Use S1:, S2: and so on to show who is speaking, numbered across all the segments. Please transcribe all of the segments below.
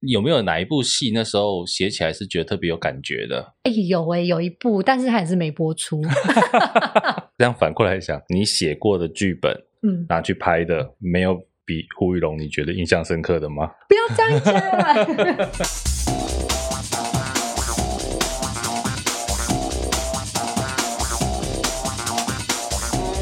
S1: 有没有哪一部戏那时候写起来是觉得特别有感觉的？
S2: 哎、有哎、有一部，但是它也是没播出。
S1: 这样反过来想，你写过的剧本
S2: 嗯，
S1: 拿去拍的，没有比胡玉龙你觉得印象深刻的吗？
S2: 不要这样讲。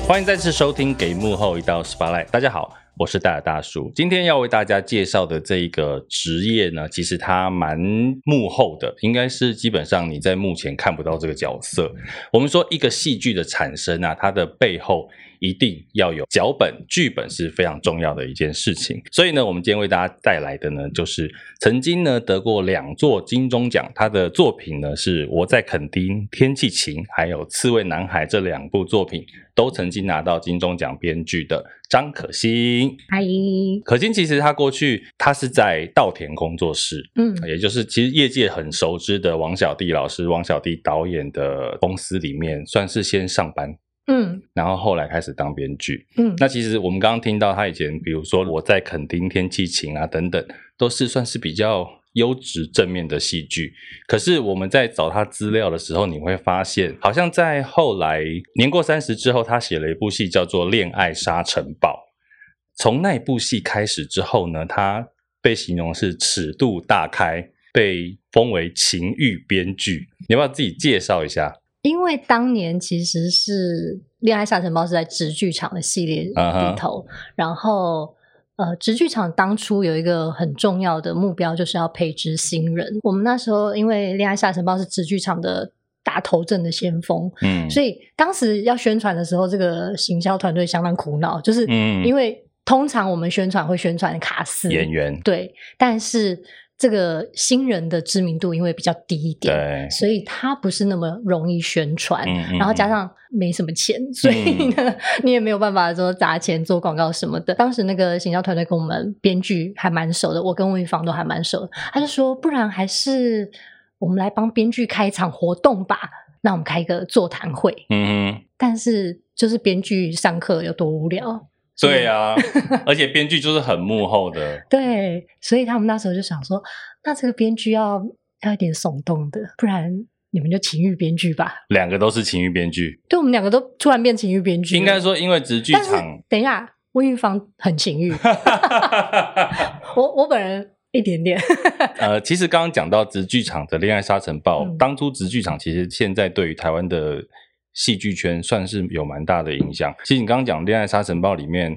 S1: 欢迎再次收听《给幕后一道 spotlight》。大家好，我是戴尔大叔。今天要为大家介绍的这一个职业呢，其实它蛮幕后的，应该是基本上你在幕前看不到这个角色。我们说一个戏剧的产生啊，它的背后一定要有脚本、剧本是非常重要的一件事情。所以呢，我们今天为大家带来的呢，就是曾经呢得过两座金钟奖，他的作品呢是《我在垦丁》《天气晴》还有《刺猬男孩》这两部作品。都曾经拿到金钟奖编剧的张可欣。
S2: 阿姨，
S1: 可欣其实她过去她是在稻田工作室，
S2: 嗯
S1: 也就是其实业界很熟知的王小弟老师、王小弟导演的公司里面，算是先上班。
S2: 嗯
S1: 然后后来开始当编剧。
S2: 嗯，
S1: 那其实我们刚刚听到她以前，比如说我在垦丁天气晴啊等等，都是算是比较优质正面的戏剧。可是我们在找她资料的时候，你会发现，好像在后来年过三十之后，她写了一部戏叫做《恋爱沙尘暴》。从那部戏开始之后呢，她被形容是尺度大开，被封为情欲编剧。你要不要自己介绍一下？
S2: 因为当年其实是《恋爱沙尘暴》是在直剧场的系列
S1: 啊哈
S2: 里头然后呃，直剧场当初有一个很重要的目标，就是要培植新人。我们那时候因为《恋爱沙尘暴》是直剧场的大头阵的先锋，
S1: 嗯
S2: 所以当时要宣传的时候，这个行销团队相当苦恼，就是
S1: 嗯
S2: 因为通常我们宣传会宣传卡司
S1: 演员
S2: 对，但是这个新人的知名度因为比较低一点，
S1: 对。
S2: 所以它不是那么容易宣传。
S1: 嗯
S2: 然后加
S1: 上。嗯嗯
S2: 上没什么钱，所以呢，你也没有办法说砸钱做广告什么的。当时那个行销团队跟我们编剧还蛮熟的，我跟魏芳都还蛮熟的。他就说，不然还是我们来帮编剧开一场活动吧。那我们开一个座谈会，
S1: 嗯哼，
S2: 但是就是编剧上课有多无聊，
S1: 对啊， 而且编剧就是很幕后的，
S2: 对，所以他们那时候就想说，那这个编剧要要一点耸动的，不然你们就情欲编剧吧。
S1: 两个都是情欲编剧。
S2: 对，我们两个都突然变情欲编剧了，
S1: 应该说，因为直剧
S2: 但是
S1: 场，
S2: 等一下，温玉芳很情 欲，我我本人一点点。
S1: 呃，其实刚刚讲到直剧场的《恋爱沙尘暴》
S2: 嗯
S1: 当初直剧场其实现在对于台湾的戏剧圈算是有蛮大的影响。其实你刚刚讲《恋爱沙尘暴》里面。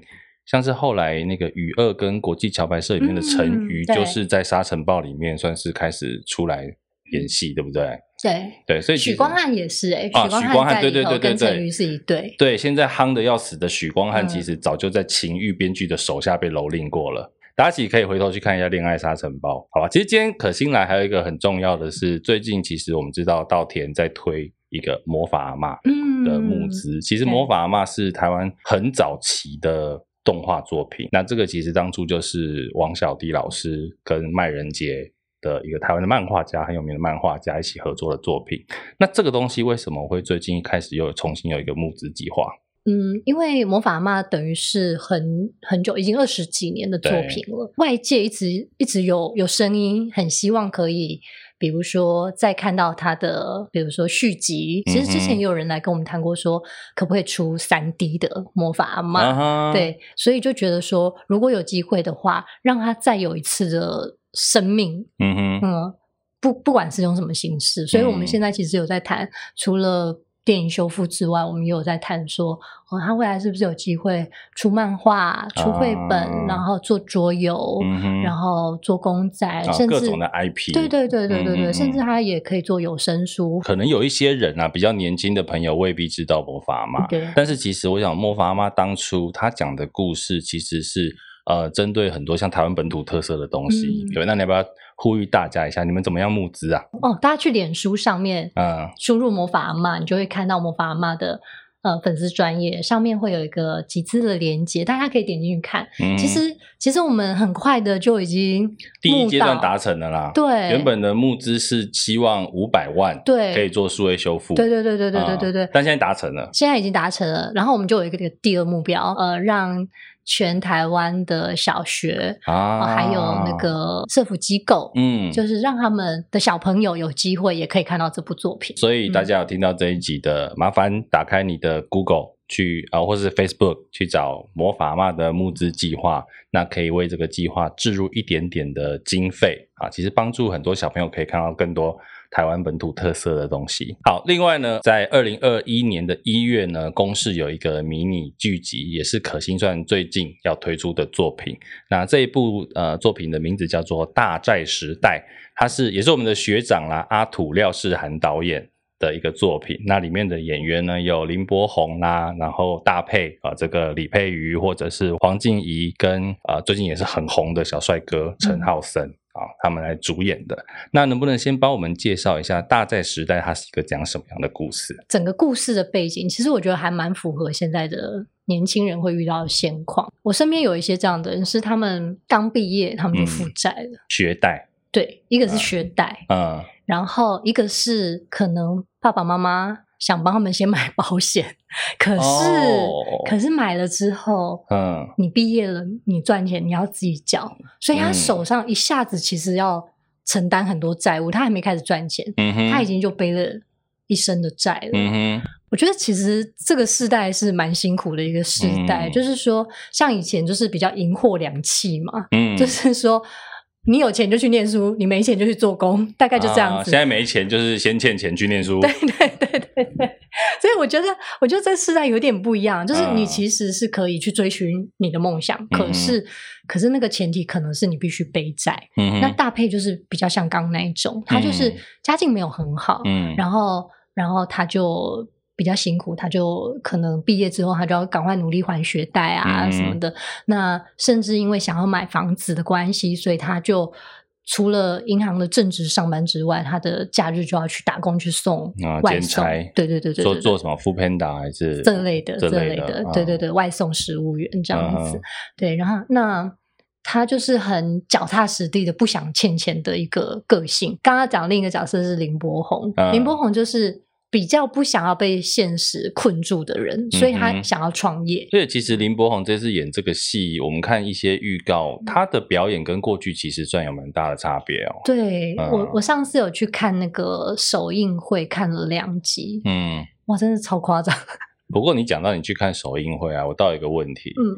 S1: 像是后来那个雨二跟国际桥牌社里面的陈
S2: 嗯
S1: 瑜，
S2: 对
S1: 就是在《沙尘暴》里面算是开始出来演戏，对不对？
S2: 对，
S1: 对，所以其
S2: 许
S1: 实
S2: 光汉也是哎、
S1: 啊
S2: 许光
S1: 许光汉
S2: 汉在
S1: 对对
S2: 里头
S1: 对对
S2: 跟
S1: 对
S2: 陈瑜是一对。
S1: 对，现在夯的要死的许光汉，
S2: 嗯
S1: 其实早就在情欲编剧的手下被蹂躏过了。大家其实可以回头去看一下《恋爱沙尘暴》，好吧？其实今天可心来还有一个很重要的是，最近其实我们知道稻田在推一个魔法阿嬷
S2: 嗯
S1: 的募资。其实《
S2: 对
S1: 魔法阿嬷》是台湾很早期的动画作品，那这个其实当初就是王小迪老师跟麦仁杰的一个台湾的漫画家，很有名的漫画家一起合作的作品。那这个东西为什么会最近开始又重新有一个募资计划？
S2: 嗯，因为魔法阿嬷等于是很很久，已经二十几年的作品了。外界一直一直有有声音，很希望可以，比如说再看到它的，比如说续集。其实之
S1: 嗯哼
S2: 前也有人来跟我们谈过说，可不可以出三 D 的魔法阿嬷？
S1: 啊哈，
S2: 对，所以就觉得说，如果有机会的话，让它再有一次的生命，
S1: 嗯哼，
S2: 嗯，不不管是用什么形式，所以我们
S1: 嗯
S2: 现在其实有在谈，除了电影修复之外，我们也有在谈说，哦，它未来是不是有机会出漫画、出绘本，
S1: 啊
S2: 然后做桌游，
S1: 嗯哼，
S2: 然后做公仔，
S1: 啊
S2: 甚
S1: 各
S2: 至
S1: 种的 IP，
S2: 对对对对对对，
S1: 嗯嗯
S2: 甚
S1: 嗯
S2: 至它也可以做有声书，
S1: 可能有一些人啊，比较年轻的朋友未必知道魔法阿嬷。
S2: 对，
S1: 但是其实我想，莫法阿妈当初她讲的故事其实是呃，针对很多像台湾本土特色的东西。
S2: 嗯
S1: 对，那你要不要呼吁大家一下，你们怎么样募资啊？
S2: 哦，大家去脸书上面
S1: 嗯
S2: 输入魔法阿妈，你就会看到魔法阿妈的呃粉丝专业上面会有一个集资的链接，大家可以点进去看。
S1: 嗯，
S2: 其实其实我们很快的就已经
S1: 第一
S2: 募
S1: 阶段
S2: 到
S1: 达成了啦。，
S2: 对
S1: 原本的募资是希望五百万，
S2: 对
S1: 可以做数位修复。
S2: 对对对对对对
S1: 嗯
S2: 对对。
S1: 但现在达成了。
S2: 现在已经达成了，然后我们就有一个这个第二目标，呃，让全台湾的小学，
S1: 啊，
S2: 哦还有那个社福机构，
S1: 嗯，
S2: 就是让他们的小朋友有机会也可以看到这部作品。
S1: 所以大家有听到这一集的，麻烦打开你的 Google 去啊、或是 Facebook 去找魔法妈的募资计划，那可以为这个计划置入一点点的经费啊，其实帮助很多小朋友可以看到更多。台湾本土特色的东西。好，另外呢，在二零二一年的一月呢，公视有一个迷你剧集，也是可心算最近要推出的作品。那这一部呃作品的名字叫做《大债时代》，它是也是我们的学长啦，阿土廖世涵导演。的一个作品，那里面的演员呢有林柏宏啦、然后大佩啊，这个李佩瑜或者是黄静怡跟呃最近也是很红的小帅哥
S2: 嗯
S1: 陈浩森啊，他们来主演的。那能不能先帮我们介绍一下《大债时代》它是一个讲什么样的故事？
S2: 整个故事的背景，其实我觉得还蛮符合现在的年轻人会遇到的现况。我身边有一些这样的人，是他们刚毕业他
S1: 嗯
S2: 们就负债了，
S1: 学贷，
S2: 对，一
S1: 啊
S2: 个是学贷，
S1: 嗯
S2: 然后一个是可能爸爸妈妈想帮他们先买保险，可是、
S1: 哦
S2: 可是买了之后。
S1: 嗯，
S2: 你毕业了，你赚钱你要自己缴，所以他
S1: 嗯
S2: 手上一下子其实要承担很多债务，他还没开始赚钱，
S1: 嗯哼，
S2: 他已经就背了一身的债了。
S1: 嗯哼，
S2: 我觉得其实这个世代是蛮辛苦的一个世代，
S1: 嗯
S2: 就是说，像以前就是比较银货两气嘛，
S1: 嗯，
S2: 就是说你有钱就去念书，你没钱就去做工，大概就这样
S1: 啊
S2: 子。
S1: 现在没钱，就是先欠钱去念书。
S2: 对 对对对对，所以我觉得，我觉得这世代有点不一样，就是
S1: 啊
S2: 你其实是可以去追寻你的梦想，
S1: 嗯
S2: 可是可是那个前提可能是你必须背债。
S1: 嗯哼，
S2: 那大配就是比较像刚那一种，他就是
S1: 嗯
S2: 家境没有很好，
S1: 嗯，
S2: 然后然后他就比较辛苦，他就可能毕业之后他就要赶快努力还学贷啊
S1: 嗯
S2: 什么的。那甚至因为想要买房子的关系，所以他就除了银行的正职上班之外，他的假日就要去打工去送
S1: 啊
S2: 外
S1: 兼
S2: 送。
S1: 差
S2: 对对对对
S1: 做
S2: 对
S1: 做什么 f o o Panda 还是
S2: 这类的
S1: 这
S2: 类
S1: 类的，
S2: 对对
S1: 啊，
S2: 对，外送食物员这样子。
S1: 嗯
S2: 对，然后那他就是很脚踏实地的，不想欠钱的一个个性。刚刚讲另一个角色是林柏宏，
S1: 嗯
S2: 林柏宏就是比较不想要被现实困住的人，所以
S1: 嗯
S2: 他
S1: 哼
S2: 想要创业。
S1: 而且其实林柏宏这次演这个戏，我们看一些预
S2: 嗯
S1: 告，他的表演跟过去其实算有蛮大的差别哦。
S2: 对、
S1: 嗯
S2: 我，我上次有去看那个首映会，看了两集，
S1: 嗯，
S2: 哇，真的超 夸张。
S1: 不过你讲到你去看首映会啊，我倒有一个问题，
S2: 嗯，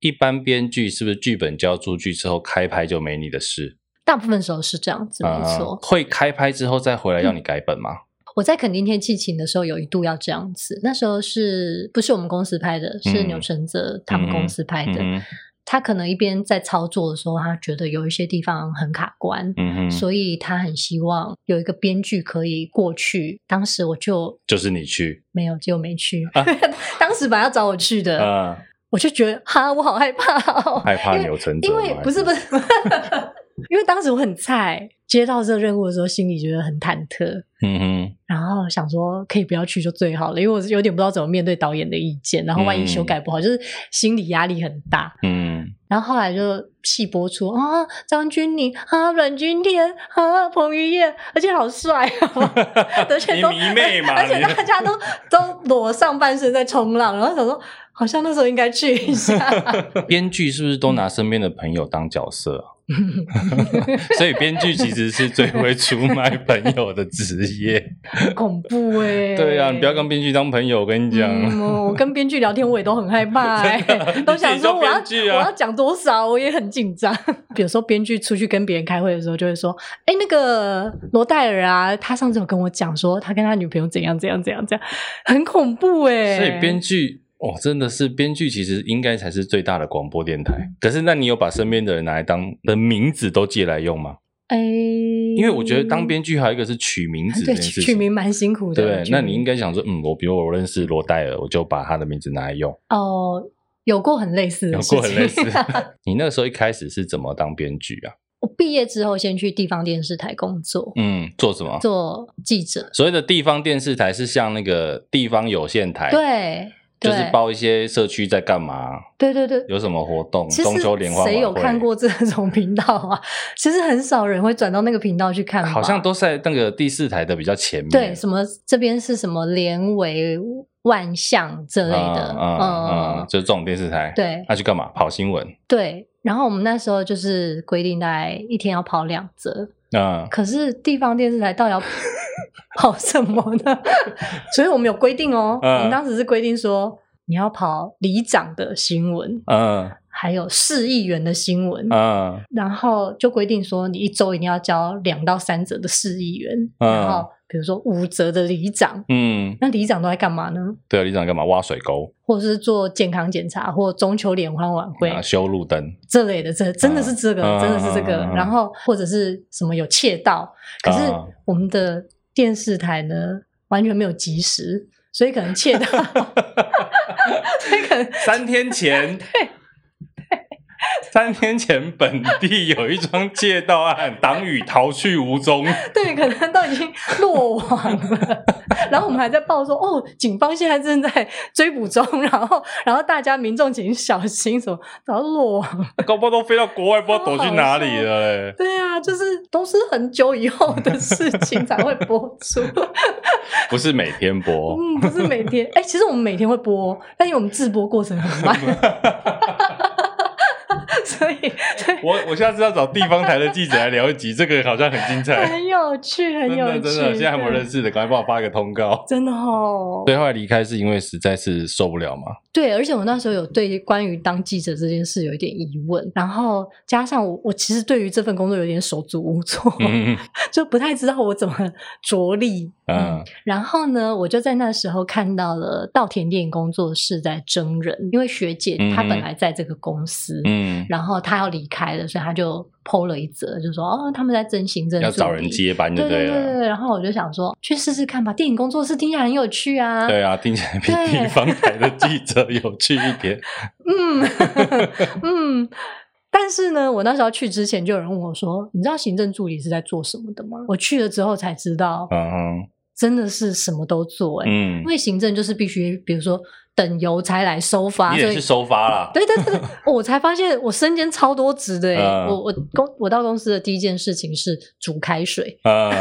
S1: 一般编剧是不是剧本交出去之后开拍就没你的事？
S2: 大部分时候是这样子，没
S1: 啊
S2: 错。
S1: 会开拍之后再回来要你改本吗？
S2: 我在垦丁天气晴的时候，有一度要这样子。那时候是不是我们公司拍的？是
S1: 嗯
S2: 钮承泽他们公司拍的。
S1: 嗯哼
S2: 他可能一边在操作的时候，他觉得有一些地方很卡关，
S1: 嗯哼，
S2: 所以他很希望有一个编剧可以过去。当时我就
S1: 就是你去，
S2: 没有，结果没去。
S1: 啊
S2: 当时本来要找我去的，
S1: 嗯，
S2: 我就觉得哈，我好害怕、哦，
S1: 害怕
S2: 呃因为
S1: 钮承泽
S2: 因
S1: 吗，
S2: 为不是不
S1: 是，
S2: 是， 因为当时我很菜，接到这个任务的时候，心里觉得很忐忑。
S1: 嗯哼，
S2: 然后想说可以不要去就最好了，因为我是有点不知道怎么面对导演的意见，然后万一修改不好，就是心理压力很大。
S1: 嗯，
S2: 然后后来就细播出啊，张钧甯啊，阮经天啊，彭于晏，而且好帅 哦，而且
S1: 你
S2: 都
S1: 迷妹嘛
S2: 而且
S1: 你
S2: 大家 都都裸上半身在冲浪，然后想说好像那时候应该去一 下，
S1: 编剧是不是都拿身边的朋友当角色啊？ 所以编剧其实是最会出卖朋友的职业。
S2: 很恐怖哎、
S1: 对啊，你不要跟编剧当朋友，我跟你讲。
S2: 嗯，我跟编剧聊天，我也都很 害怕、欸，都想说我要、
S1: 你自己做编剧啊
S2: 我要讲多少，我也很紧张。比如说编剧出去跟别人开会的时候，就会说：“哎、那个罗戴尔啊，他上次有跟我讲说，他跟他女朋友怎样怎样怎样怎样，很恐怖哎、
S1: 所以编剧，哦，真的是编剧，其实应该才是最大的广播电台。可是，那你有把身边的人拿来当的名字都借来用吗？
S2: 哎、
S1: 因为我觉得当编剧还有一个是取名字这
S2: 嗯对
S1: 件事
S2: 取取名
S1: 情。
S2: 蛮辛苦的。
S1: 对，
S2: 取
S1: 那
S2: 名
S1: 你应该想说，嗯，我比如我认识罗戴尔，我就把他的名字拿来用。
S2: 哦、有过很类似
S1: 有
S2: 的事情，
S1: 过很类似。 你那个时候一开始是怎么当编剧啊？
S2: 我毕业之后先去地方电视台工作，
S1: 嗯，做什么？
S2: 做记者，
S1: 所谓的地方电视台是像那个地方有线台，，
S2: 对。
S1: 就
S2: 对
S1: 是报一些社区在干嘛，
S2: 对对对，
S1: 有什么活动，
S2: 其实
S1: 中秋联欢晚会
S2: 谁有看？过这 种频道啊？ 其实很少人会转到那个频道去看吧，
S1: 好像都在那个第四台的比较前面。
S2: 对什么这边是什么联维万象这类的，
S1: 嗯嗯
S2: 嗯
S1: 嗯，，就是这种电视台，，
S2: 对
S1: 那去干嘛？跑新闻，
S2: 对。然后我们那时候就是规定，大概一天要跑两折，
S1: 嗯，
S2: 可是地方电视台到底要 跑什么呢？ 所以我们有规定哦，
S1: 嗯
S2: 我们当时是规定说你要跑里长的新闻，
S1: 嗯
S2: 还有市议员的新闻，
S1: 嗯
S2: 然后就规定说你一周一定要交两到三折的市议员，
S1: 嗯
S2: 然后比如说五折的里长，
S1: 嗯，
S2: 那里长都在干嘛呢？
S1: 对啊，里长干嘛？挖水沟，
S2: 或者是做健康检查，或中秋联欢晚会、
S1: 啊修路灯，
S2: 这类的，这真的是这个，
S1: 嗯
S2: 真的是这个。
S1: 嗯嗯嗯
S2: 然后或者是什么有窃盗，可是
S1: 嗯
S2: 我们的电视台呢完全没有及时，所以可能窃盗，所以可能
S1: 三天 前，对。三天前，本地有一桩窃盗案，党羽逃去无踪。
S2: 对，可能都已经落网了。 然后我们还在报说，哦，警方现在正在追捕中，然后然后大家民众请小心什么，然后落网了。
S1: 搞不好都飞到国外，不知道躲去哪里了、欸。
S2: 对啊，就是都是很久以后的事情才会播出，
S1: 哦不是每天 播，
S2: 嗯，不是每天。哎、其实我们每天会播，哦但因为我们制播过程很 慢，所以
S1: 我我下次要找地方台的记者来聊一集，这个好像很精彩，
S2: 很有 趣，很
S1: 真
S2: 有
S1: 的
S2: 趣。
S1: 真的。现在还没有
S2: 对
S1: 认识的，赶快帮我发个通告。
S2: 真的哦，
S1: 所以后来离开是因为实在是受不 了嘛？
S2: 对，而且我那时候有对关于当记者这件事有一点疑问，然后加上我，我其实对于这份工作有点手足无措，
S1: 嗯
S2: 就不太知道我怎么着力。
S1: 嗯
S2: 然后呢，我就在那时候看到了稻田电影工作室在征人，因为学姐她
S1: 嗯
S2: 本
S1: 哼
S2: 来在这个公司，
S1: 嗯，
S2: 然后她要离开了，所以她就剖了一则，就说哦，他们在征行政
S1: 要
S2: 助
S1: 找人
S2: 理。
S1: 接班就
S2: 对对对
S1: 了。
S2: 对，然后我就想说，去试试看吧。电影工作室听起来很有趣啊，
S1: 对啊，听起来比
S2: 对
S1: 地方台的记者有趣一点。
S2: 嗯 嗯，但是呢，我那时候去之前就有人问我说：“你知道行政助理是在做什么的吗？”我去了之后才知道，
S1: 嗯
S2: 真的是什么都做、欸。
S1: 嗯
S2: 因，为行政就是必须，比如说等邮差来收发，
S1: 你
S2: 啊所
S1: 也
S2: 以
S1: 是收发啦。
S2: 对对对，对我才发现我身兼超多职的、欸。
S1: 嗯
S2: 我我公我到公司的第一件事情是煮开水，
S1: 嗯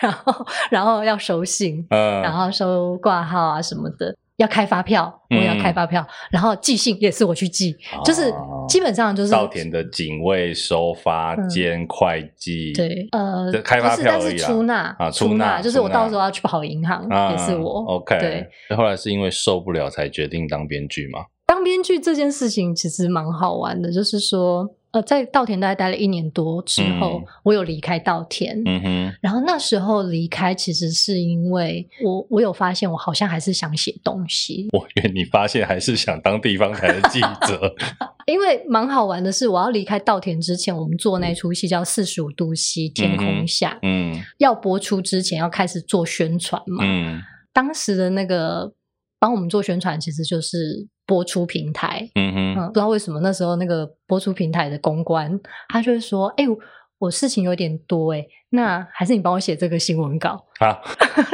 S2: 然后然后要收信，然
S1: 嗯，
S2: 后收挂号啊什么的，要开发票，我要开发票，然后寄信也是我去寄，就是
S1: 哦
S2: 基本上就是
S1: 稻田的警卫、收发
S2: 嗯
S1: 兼会计，
S2: 对呃
S1: 这开发
S2: 不是，
S1: 票
S2: 但
S1: 而
S2: 是
S1: 已啦
S2: 出纳
S1: 啊出
S2: 出
S1: 纳
S2: 就是我
S1: 出纳
S2: 到时候要去跑银行、
S1: 啊，
S2: 也是我
S1: OK，
S2: 对。
S1: 后来是因为受不了才决定当编剧嘛？
S2: 当编剧这件事情其实蛮好玩的，就是说。呃，在稻田大概待了一年多之后，
S1: 嗯
S2: 我有离开稻田，
S1: 嗯哼，
S2: 然后那时候离开其实是因为我我有发现我好像还是想写东西，
S1: 我愿你发现还是想当地方台的记者。
S2: 因为蛮好玩的是，我要离开稻田之前，我们做那出戏叫《四十五度 C 天空下》
S1: 嗯
S2: 要播出之前要开始做宣传嘛。
S1: 嗯
S2: 当时的那个帮我们做宣传，其实就是播出平台。
S1: 嗯
S2: 嗯
S1: 哼，
S2: 不知道为什么那时候那个播出平台的公关，他就会说：“哎、我我事情有点多、哎，那还是你帮我写这个新闻稿。
S1: 啊，”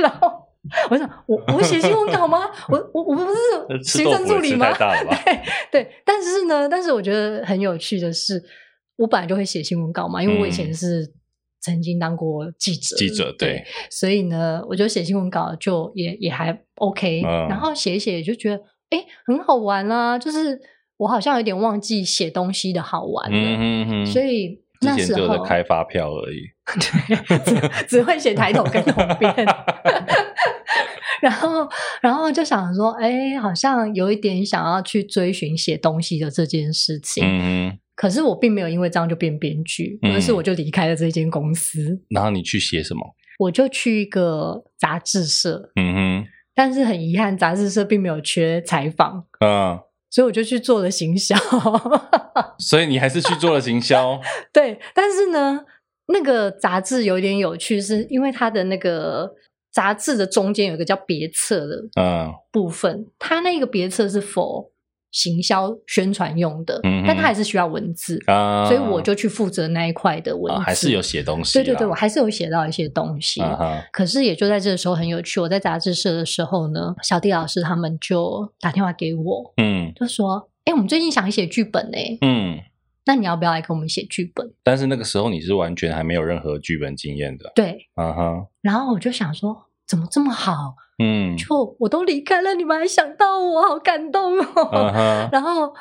S2: 然后我想，我我写新闻稿吗？我我 我不是
S1: 吃
S2: 行
S1: 豆
S2: 政
S1: 腐
S2: 助
S1: 也
S2: 理
S1: 吃
S2: 吗
S1: 太？大了 吧？
S2: 对对，但是呢，但是我觉得很有趣的是，我本来就会写新闻稿嘛，因为我以前
S1: 嗯
S2: 是曾经当过记者，
S1: 记者
S2: 对，
S1: 对，
S2: 所以呢，我就写新闻稿就也也还 OK，、
S1: 嗯
S2: 然后写一写就觉得哎、诶很好玩啦、就是我好像有点忘记写东西的好玩了，
S1: 嗯哼哼，
S2: 所以
S1: 之
S2: 那
S1: 前
S2: 时
S1: 就
S2: 候
S1: 在开发票而已。
S2: 只只会写抬头跟 头边。 然后，然后就想说，哎，好像有一点想要去追寻写东西的这件事情。
S1: 嗯哼，
S2: 可是我并没有因为这样就变编剧，
S1: 嗯
S2: 而是我就离开了这间公司，
S1: 然后你去写什么？
S2: 我就去一个杂志社。
S1: 嗯
S2: 但是很遗憾，杂志社并没有缺采访，
S1: 哼，嗯，
S2: 所以我就去做了行销。
S1: 所以你还是去做了行销。
S2: 对，但是呢，那个杂志有点有趣，是因为它的那个杂志的中间有一个叫别册的
S1: 嗯
S2: 部分，它那个别册是否行销宣传用的，
S1: 嗯哼
S2: 但它还是需要文字，
S1: 啊，
S2: 所以我就去负责那一块的文
S1: 啊
S2: 字，
S1: 还是有写东西
S2: 对
S1: 啦。
S2: 对对，我还是有写到一些东西。
S1: 啊哈，
S2: 可是也就在这个时候很有趣，我在杂志社的时候呢，小弟老师他们就打电话给我，
S1: 嗯
S2: 就说：“哎、我们最近想写剧本呢、
S1: 嗯。
S2: 那你要不要来跟我们写剧本
S1: 但是那个时候你是完全还没有任何剧本经验的？”，
S2: 对，
S1: 嗯哼，
S2: 然后我就想说，怎么这么好？
S1: 嗯，
S2: 就我都离开了，你们还想到我，好感动哦。
S1: 嗯哼，
S2: 然后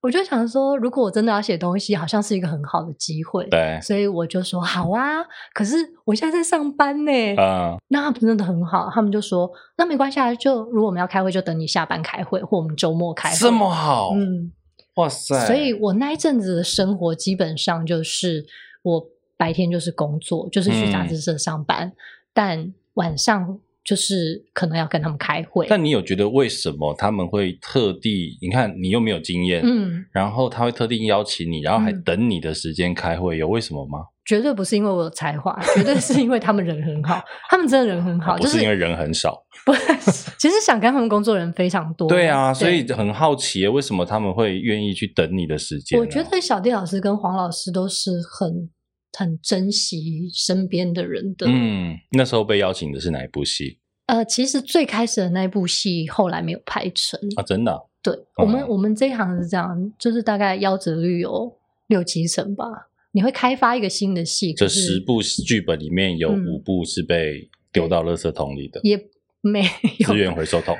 S2: 我就想说，如果我真的要写东西，好像是一个很好的机会。
S1: 对，
S2: 所以我就说好啊，可是我现在在上班呢。
S1: 嗯，
S2: 那他们真的很好，他们就说那没关系啊，就如果我们要开会，就等你下班开会，或我们周末开会。
S1: 这么好，
S2: 嗯，
S1: 哇塞！
S2: 所以我那一阵子的生活基本上就是我白天就是工作，就是去杂志
S1: 嗯
S2: 社上班，但晚上就是可能要跟他们开会。
S1: 但你有觉得为什么他们会特地？你看，你又没有经验，
S2: 嗯，
S1: 然后他会特地邀请你，然后还
S2: 嗯
S1: 等你的时间开会，有为什么吗？
S2: 绝对不是因为我有才华，绝对是因为他们人很好，他们真的人很好，
S1: 哦不
S2: 就是
S1: 因为人很少，
S2: 不是，其实想跟他们工作的人非常多。
S1: 对啊，所以很好奇为什么他们会愿意去等你的时间啊？
S2: 我觉得小弟老师跟黄老师都是很很珍惜身边的人的。
S1: 嗯，那时候被邀请的是哪一部戏
S2: 呃，其实最开始的那部戏后来没有拍成。
S1: 啊？真的啊、
S2: 对、我们
S1: 哦，
S2: 我们这一行是这样，就是大概夭折率有六七成吧。你会开发一个新的戏，
S1: 这
S2: 可是
S1: 十部剧本里面有
S2: 嗯
S1: 五部是被丢到垃圾桶里的，
S2: 也没
S1: 资
S2: 有，
S1: 源回收桶。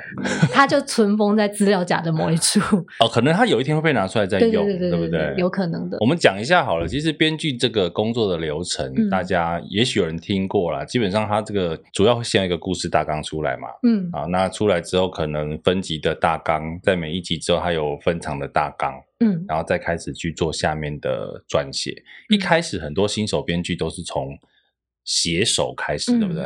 S2: 它就存封在资料夹的某一处。
S1: 哦，可能他有一天会被拿出来再
S2: 对
S1: 用，
S2: 对对
S1: 不对？
S2: 有可能的。
S1: 我们讲一下好了，其实编剧这个工作的流程，
S2: 嗯
S1: 大家也许有人听过啦。基本上，它这个主要会先有一个故事大纲出来嘛，
S2: 嗯
S1: 啊，那出来之后可能分级的大纲，在每一集之后它有分场的大纲，
S2: 嗯
S1: 然后再开始去做下面的撰写。一开始很多新手编剧都是从写手开始，
S2: 嗯
S1: 对不对？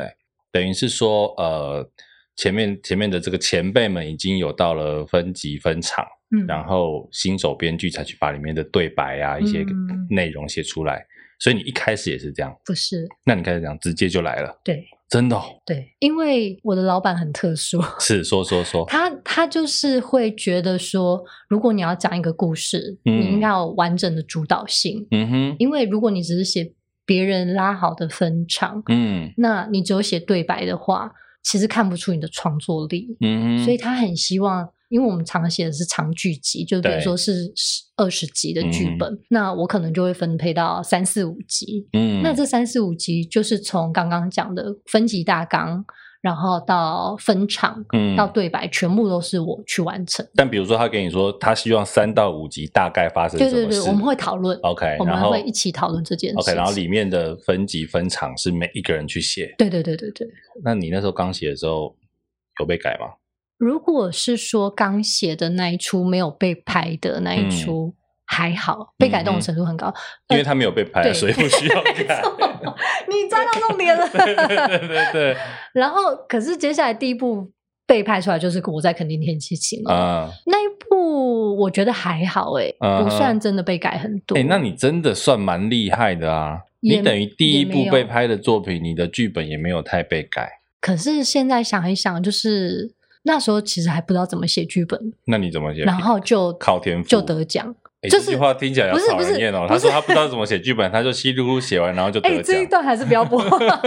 S1: 等于是说，呃，前面前面的这个前辈们已经有到了分级分场。
S2: 嗯，
S1: 然后新手编剧才去把里面的对白啊一些
S2: 嗯
S1: 内容写出来。所以你一开始也是这样，
S2: 不是
S1: 那你开始讲直接就来了，
S2: 对
S1: 真的、哦、
S2: 对，因为我的老板很特殊，
S1: 是说说说，
S2: 他他就是会觉得说，如果你要讲一个故事，
S1: 嗯
S2: 你应该有完整的主导性，
S1: 嗯哼，
S2: 因为如果你只是写别人拉好的分场，
S1: 嗯
S2: 那你只有写对白的话，其实看不出你的创作力。
S1: 嗯哼，
S2: 所以他很希望，因为我们常写的是长剧集，就比如
S1: 对嗯
S2: 说是二十集的剧本，那我可能就会分配到三四五集。
S1: 嗯，
S2: 那这三四五集就是从刚刚讲的分级大纲，然后到分场，
S1: 嗯
S2: 到对白，全部都是我去完成。
S1: 但比如说他跟你说他希望三到五集大概发生什
S2: 对
S1: 么事，
S2: 对对，我们会讨论
S1: OK，
S2: 我
S1: 然
S2: 们
S1: 后
S2: 会一起讨论这件事
S1: OK，
S2: 情。
S1: 然后里面的分级分场是每一个人去写。
S2: 对对对对对。
S1: 那你那时候刚写的时候有被改吗？
S2: 如果是说刚写的那一出没有被拍的那
S1: 嗯
S2: 一出，还好，被改动的程度很高。
S1: 因为他没有被拍，
S2: 呃对
S1: 所以不需 要
S2: 没
S1: 改。
S2: 错你抓到重点
S1: 对对对
S2: 了。
S1: 对 对，
S2: 然后，可是接下来第一部被拍出来就是《我在肯定天气晴》了。
S1: 啊，
S2: 那一部我觉得还好诶、
S1: 嗯
S2: 不算真的被改很多。
S1: 哎、那你真的算蛮厉害的啊！
S2: 也
S1: 你等于第一
S2: 也没
S1: 部
S2: 有
S1: 被拍的作品，你的剧本也没有太被改，
S2: 可是现在想一想，就是那时候其实还不知道怎么写剧本，
S1: 那你怎么写？
S2: 然后就
S1: 靠天赋
S2: 就得奖。
S1: 诶
S2: 就是
S1: 这句话听起来要
S2: 不是
S1: 讨
S2: 不是
S1: 人厌哦。
S2: 不
S1: 他
S2: 是
S1: 说他不知道怎么写剧本，他就稀里糊涂写完，然后就
S2: 哎、
S1: 得奖
S2: 这一。段还是不要播。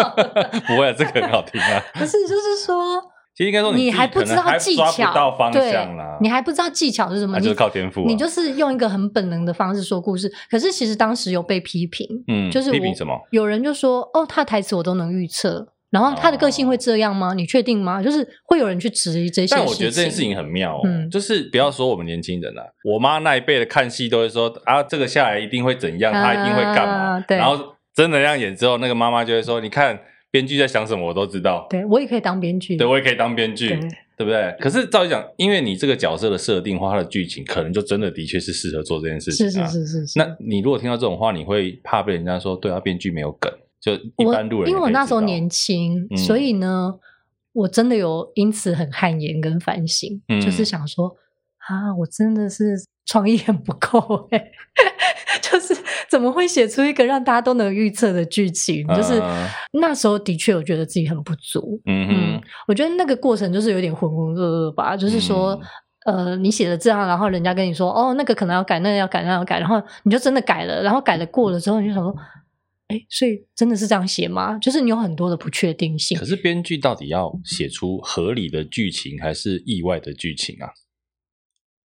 S1: 不会、啊，这个很好听啊。
S2: 不是，就是说，
S1: 其实应该说
S2: 你
S1: 你
S2: 还
S1: 自己
S2: 不
S1: 可
S2: 知
S1: 能还
S2: 道技
S1: 抓
S2: 巧，
S1: 不到方
S2: 对
S1: 向啦。
S2: 你还不知道技巧是什么，
S1: 啊
S2: 你
S1: 就是靠天赋啊
S2: 你就是用一个很本能的方式说故事。可是其实当时有被批评，
S1: 嗯，
S2: 就是
S1: 批
S2: 我
S1: 评什么？
S2: 有人就说：“哦，他的台词我都能预测，然后他的个性会这样吗？你确定吗？”就是会有人去质疑这些事情。
S1: 哦但我觉得这件事情很妙哦，
S2: 嗯
S1: 就是不要说我们年轻人了、啊我妈那一辈的看戏都会说啊，这个下来一定会怎样，
S2: 啊
S1: 他一定会干嘛，
S2: 对
S1: 然后真的那样演之后，那个妈妈就会说，你看编剧在想什么，我都知道，
S2: 对我也可以当编剧，
S1: 对我也可以当编剧，
S2: 对
S1: 对不对？可是照理讲，因为你这个角色的设定或它的剧情，可能就真的的确是适合做这件事情、
S2: 是
S1: 啊，
S2: 是是是是。
S1: 那你如果听到这种话，你会怕被人家说对啊，编剧没有梗，就一
S2: 我
S1: 般路人也可以知道，
S2: 因为我那时候年轻，
S1: 嗯
S2: 所以呢，我真的有因此很汗颜跟反省，
S1: 嗯
S2: 就是想说啊，我真的是创意很不够哎、 就是怎么会写出一个让大家都能预测的剧情？就是
S1: 嗯
S2: 那时候的确，我觉得自己很不足。
S1: 嗯哼，，
S2: 我觉得那个过程就是有点浑浑噩噩吧，就是说。
S1: 嗯
S2: 呃，你写了这样，然后人家跟你说，哦，那个可能要改，那个要改，那个要改，然后你就真的改了，然后改了过了之后，你就想说，
S1: 嗯
S2: 哎，所以真的是这样写吗？就是你有很多的不确定性
S1: 可。 是编剧到底要写出合理的剧情，还是意外的剧情啊？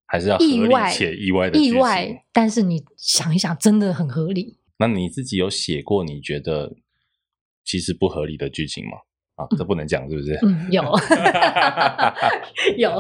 S1: 还是要合
S2: 意
S1: 理
S2: 外
S1: 且意外的剧
S2: 意
S1: 情？
S2: 外，但是你想一想，真的 很合理。
S1: 那你自己有写过你觉得其实不合理的剧情吗？啊，这不能讲是不 是？
S2: 嗯，有有，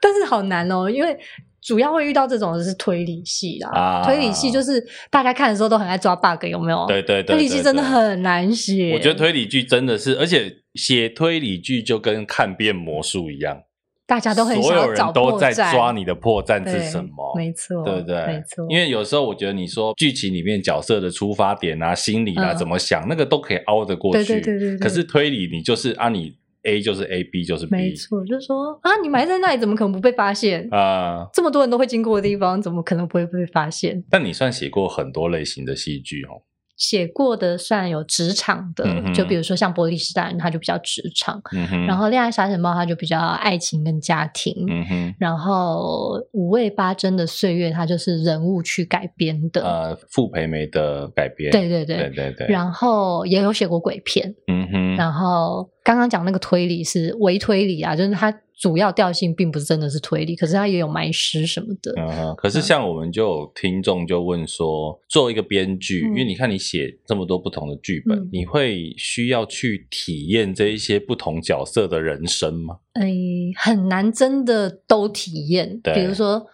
S2: 但是好难哦，因为主要会遇到这种的是推理系啦，
S1: 啊
S2: 推理系就是大家看的时候都很爱抓 bug，有没有？
S1: 对对对
S2: 推理系
S1: 对
S2: 真的
S1: 对
S2: 很难写，
S1: 我觉得推理剧真的是，而且写推理剧就跟看遍魔术一样，
S2: 大家都很
S1: 所
S2: 想
S1: 有
S2: 要找
S1: 人都
S2: 破
S1: 在
S2: 绽
S1: 抓你的破绽
S2: 对
S1: 是什么。
S2: 没错，
S1: 对不对？
S2: 没错，
S1: 因为有时候我觉得你说剧情里面角色的出发点啊、心理啊、
S2: 嗯
S1: 怎么想，那个都可以凹得过去。
S2: 对对对对对
S1: 可是推理你就是啊，你 A 就是 A，B 就是
S2: 没
S1: B
S2: 错，就是说啊，你埋在那里怎么可能不被发现？
S1: 啊、
S2: 这么多人都会经过的地方，怎么可能不会被发现？
S1: 但你算写过很多类型的戏剧哦。
S2: 写过的算有职场的，
S1: 嗯哼
S2: 就比如说像《玻璃时代》，它就比较职场；
S1: 嗯哼，
S2: 然后《恋爱沙尘暴》，它就比较爱情跟家庭。
S1: 嗯哼，
S2: 然后五味八珍的岁月，它就是人物去改编的，
S1: 呃，傅培梅的改编，
S2: 对对
S1: 对
S2: 对。
S1: 对对，
S2: 然后也有写过鬼片，
S1: 嗯哼，
S2: 然后刚刚讲那个推理是伪推理啊，就是它主要调性并不是真的是推理，可是它也有埋尸什么的。
S1: 嗯哼。可是像我们就有听众就问说，作为一个编剧，
S2: 嗯
S1: 因为你看你写这么多不同的剧本，
S2: 嗯
S1: 你会需要去体验这一些不同角色的人生吗？
S2: 诶，哎很难真的都体验。
S1: 对
S2: 比如说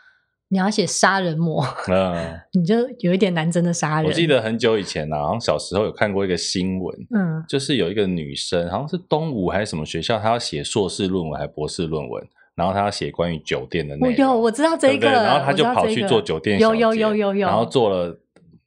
S2: 你要写杀人魔，
S1: 嗯，
S2: 你就有一点难真的杀人。
S1: 我记，得很久以前啊，好像小时候有看过一个新闻，
S2: 嗯，
S1: 就是有一个女生，好像是东吴还是什么学校，她要写硕士论文还博士论文，然后她要写关于酒店的内
S2: 我
S1: 容。
S2: 有，我知道这
S1: 对
S2: 一
S1: 不
S2: 个，
S1: 对然后他
S2: 我知
S1: 就
S2: 道
S1: 跑
S2: 这一
S1: 去
S2: 个
S1: 做酒店小
S2: 有
S1: 姐，
S2: 有有有有，
S1: 然后做了。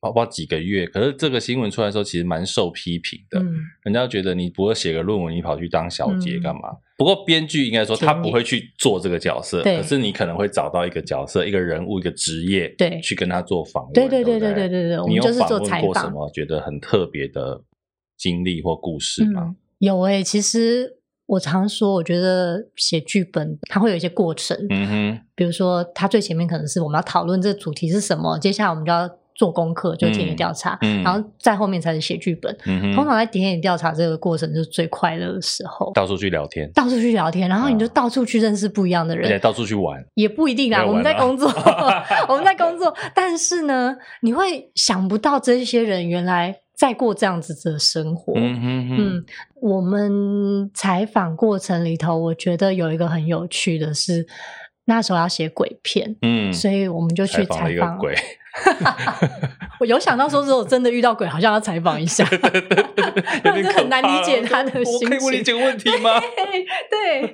S1: 包包几个月，可是这个新闻出来的时候，其实蛮受批评的。
S2: 嗯，
S1: 人家觉得你不会写个论文，你跑去当小姐
S2: 嗯
S1: 干嘛？不过编剧应该说
S2: 甜
S1: 他
S2: 蜜
S1: 不会去做这个角色，
S2: 对
S1: 可是你可能会找到一个角色、一个人物、一个职业，
S2: 对
S1: 去跟他做访问。
S2: 对
S1: 对
S2: 对对
S1: 不
S2: 对对对对，我
S1: 你
S2: 们
S1: 有
S2: 就是
S1: 访
S2: 做
S1: 问
S2: 采
S1: 过什
S2: 访。
S1: 么觉得很特别的经历或故事吗
S2: 嗯？，有诶、其实我常说，我觉得写剧本它会有一些过程，
S1: 嗯哼，
S2: 比如说它最前面可能是我们要讨论这个主题是什么，接下来我们就要做功课，就田野
S1: 嗯
S2: 调查，
S1: 嗯
S2: 然后再后面才是写剧本。
S1: 嗯哼，
S2: 通常在田野调查这个过程就是最快乐的时候，
S1: 到处去聊天，
S2: 到处去聊天，然后你就到处去认识不一样的
S1: 而且
S2: 人，
S1: 到处去玩。
S2: 也不一定
S1: 没
S2: 啦。
S1: 有
S2: 我们在
S1: 玩啊
S2: 工作， 我们在工作，但是呢，你会想不到这些人原来在过这样子的生活。
S1: 嗯哼哼，
S2: 嗯，我们采访过程里头，我觉得有一个很有趣的是，那时候要写鬼片，
S1: 嗯，
S2: 所以我们就
S1: 采
S2: 去
S1: 访了
S2: 采
S1: 一个
S2: 访。
S1: 鬼，
S2: 我有想到说，如果真的遇到鬼，好像要采访一下，
S1: 有
S2: 不然
S1: 点
S2: 真的
S1: 可
S2: 很难
S1: 怕
S2: 理解
S1: 了
S2: 他的
S1: 我
S2: 心
S1: 可以问你
S2: 情。
S1: 几个问题吗？
S2: 对，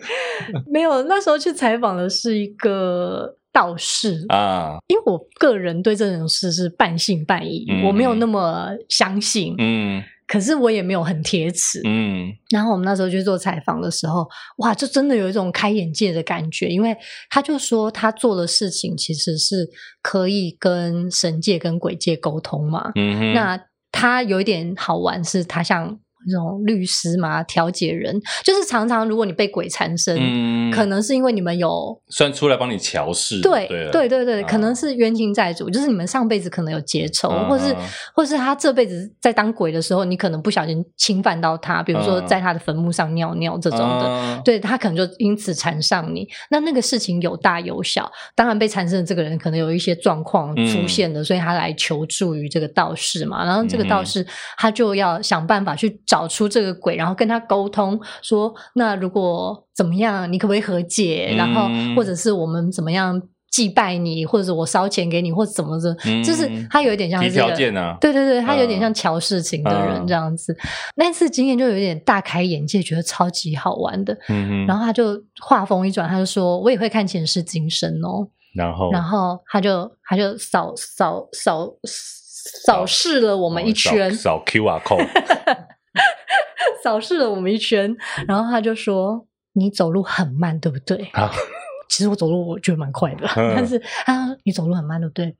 S2: 没有，那时候去采访的是一个道士，
S1: 啊，
S2: 因为我个人对这种事是半信半疑，
S1: 嗯
S2: 我没有那么相信，
S1: 嗯
S2: 可是我也没有很铁齿。
S1: 嗯
S2: 然后我们那时候去做采访的时候，哇，就真的有一种开眼界的感觉，因为他就说他做的事情其实是可以跟神界跟鬼界沟通嘛。
S1: 嗯哼，
S2: 那他有一点好玩，是他像那种律师嘛，调解人，就是常常如果你被鬼缠身。
S1: 嗯
S2: 可能是因为你们有
S1: 算出来帮你调试，
S2: 对
S1: 对了
S2: 对对对，
S1: 啊
S2: 可能是冤亲债主，就是你们上辈子可能有结仇，
S1: 啊
S2: 或是或是他这辈子在当鬼的时候，你可能不小心侵犯到他，比如说
S1: 嗯
S2: 在他的坟墓上尿尿这种的，
S1: 啊
S2: 对他可能就因此缠上你。那那个事情有大有小，当然被缠身的这个人可能有一些状况
S1: 嗯
S2: 出现的，所以他来求助于这个道士嘛。然后这个道
S1: 嗯
S2: 士他就要想办法去找出这个鬼，然后跟他沟通说，那如果怎么样，你可不可以和解？
S1: 嗯
S2: 然后或者是我们怎么样？祭拜你，或者我烧钱给你，或者怎么的，
S1: 嗯
S2: 就是他有一点像
S1: 提
S2: 是一
S1: 条
S2: 个
S1: 件啊，
S2: 对对对，他有点
S1: 嗯
S2: 像乔事情的人
S1: 嗯
S2: 这样子。那次经验就有点大开眼界，觉得超级好玩的。
S1: 嗯哼，
S2: 然后他就话锋一转，他就说：“我也会看前世今生哦。
S1: 然后
S2: 然后他就他就扫扫扫扫视了我
S1: 我
S2: 们一圈，
S1: 哦扫 QR code，
S2: 扫视了我们一圈，
S1: 嗯
S2: 然后他就说：“你走路很慢，对不对？”
S1: 啊
S2: 其实我走路我觉得蛮快的，
S1: 嗯
S2: 但是他说你走路很慢，对不对？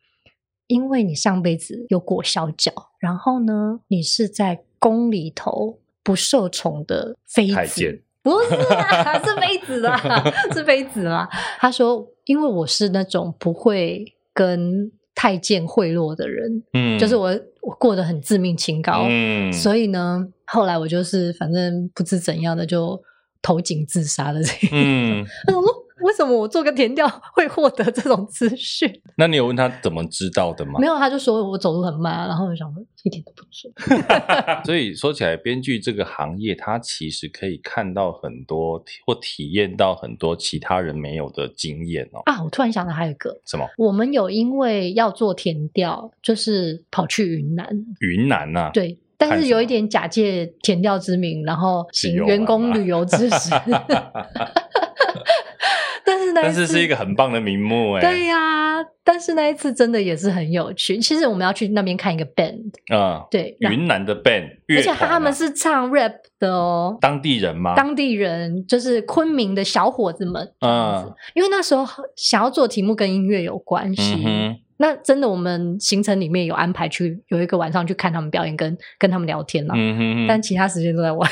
S2: 因为你上辈子有裹小脚，然后呢，你是在宫里头不受宠的妃
S1: 太
S2: 子
S1: 监，
S2: 不是啦，是妃子 啦，是妃子啦。他说，因为我是那种不会跟太监贿赂的人，
S1: 嗯，
S2: 就是我我过得很自命清高，
S1: 嗯，以
S2: 所以呢，后来我就是反正不知怎样的就投井自杀了。这个，
S1: 嗯，
S2: 我想说为什么我做个填调会获得这种资讯？
S1: 那你有问他怎么知道的吗
S2: 没？有，他就说我走路很慢啊，然后我就想说一点都不准。
S1: 啊所以说起来，编剧这个行业，它其实可以看到很多或体验到很多其他人没有的经验哦。
S2: 啊，我突然想到还有一个，
S1: 什么
S2: 我们有因为要做填调，就是跑去云南，
S1: 云南啊呐、
S2: 对。但
S1: 看
S2: 是
S1: 什
S2: 有一
S1: 么
S2: 点假借填调之名，然后行
S1: 旅游
S2: 员
S1: 玩
S2: 工
S1: 嘛
S2: 旅游之 实。但是那
S1: 但
S2: 一
S1: 是
S2: 次
S1: 是一个很棒的名目哎、
S2: 对呀、但是那一次真的也是很有趣。其实我们要去那边看一个 band，
S1: 嗯，
S2: 对，然
S1: 云南的 band 乐
S2: 而且
S1: 团啊、
S2: 他们是唱 rap 的哦，
S1: 当地人吗？
S2: 当地人就是昆明的小伙子们。嗯
S1: 嗯，
S2: 因为那时候想要做题目跟音乐有关系。
S1: 嗯哼，
S2: 那真的，我们行程里面有安排去有一个晚上去看他们表演跟，跟他们聊天啦、
S1: 嗯哼哼，
S2: 但其他时间都在玩。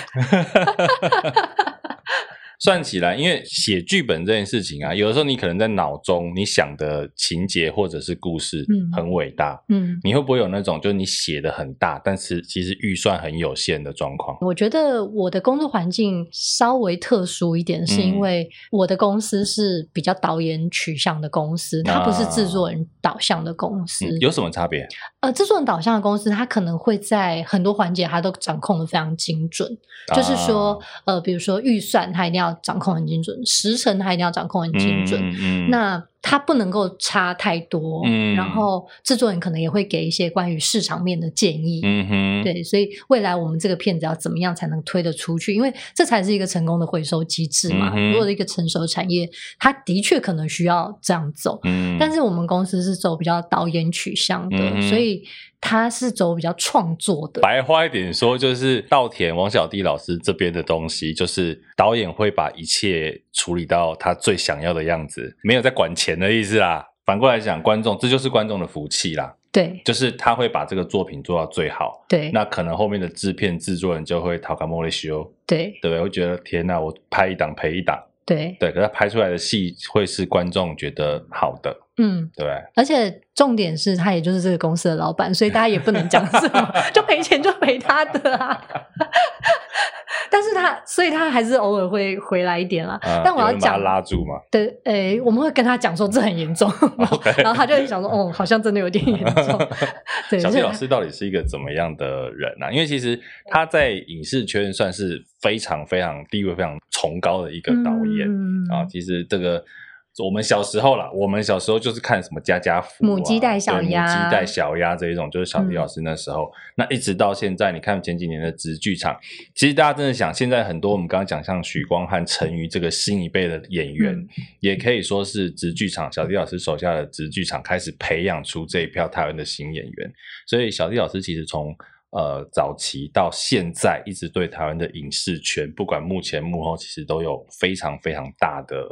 S1: 算起来，因为写剧本这件事情啊，有的时候你可能在脑中你想的情节或者是故事
S2: 嗯
S1: 很伟大，
S2: 嗯，
S1: 你会不会有那种就是你写的很大，但是其实预算很有限的状况？
S2: 我觉得我的工作环境稍微特殊一点，是因
S1: 嗯
S2: 为我的公司是比较导演取向的公司，它不是制作人导向的公司。
S1: 啊嗯有什么差别？
S2: 呃，制作人导向的公司，它可能会在很多环节它都掌控的非常精准，就是说，
S1: 啊
S2: 呃，比如说预算，它一定要掌控很精准，时程它一定要掌控很
S1: 啊
S2: 精准。
S1: 嗯嗯
S2: 那它不能够差太多，
S1: 嗯
S2: 然后制作人可能也会给一些关于市场面的建议，
S1: 嗯哼，
S2: 对，所以未来我们这个片子要怎么样才能推得出去？因为这才是一个成功的回收机制嘛。
S1: 嗯哼
S2: 如果一个成熟产业，它的确可能需要这样走，
S1: 嗯，
S2: 但是我们公司是走比较导演取向的，
S1: 嗯哼
S2: 所以它是走比较创作的。
S1: 白话一点说，就是稻田王小弟老师这边的东西，就是导演会把一切处理到他最想要的样子，没有在管钱的意思啦。反过来讲，观众这就是观众的福气啦，
S2: 对
S1: 就是他会把这个作品做到最好。
S2: 对
S1: 那可能后面的制片制作人就会讨卡莫雷修，
S2: 对
S1: 对不对？会觉得天呐，我拍一档赔一档，
S2: 对，
S1: 对。可是他拍出来的戏会是观众觉得好的，
S2: 嗯，
S1: 对不对？
S2: 而且重点是他也就是这个公司的老板，所以大家也不能讲什 么，就赔钱就赔他的啊。 但是他，所以他还是偶尔会回来一点啦。
S1: 啊
S2: 但我
S1: 有
S2: 要
S1: 人把他
S2: 讲，
S1: 拉住嘛，
S2: 对，诶、我们会跟他讲说这很严重，然后
S1: 哦 OK
S2: 然后他就会想说，哦，好像真的有点严 重。对，
S1: 小
S2: 所
S1: 谢
S2: 以
S1: 老师到底是一个怎么样的人啊？因为其实他在影视圈算是非常非常地位非常崇高的一个导演、
S2: 嗯
S1: 啊。其实这个我们小时候啦，我们小时候就是看什么家家福、啊、
S2: 母鸡带小鸭嗯
S1: 对母鸡带小鸭这一种，就是小谢老师那时候。那一直到现在，你看前几年的直剧场，其实大家真的想，现在很多我们刚刚讲像许光汉、陈瑜这个新一辈的演员，
S2: 嗯
S1: 也可以说是直剧场小弟老师手下的直剧场开始培养出这一票台湾的新演员，所以小弟老师其实从呃早期到现在，一直对台湾的影视圈，不管幕前幕后，其实都有非常非常大的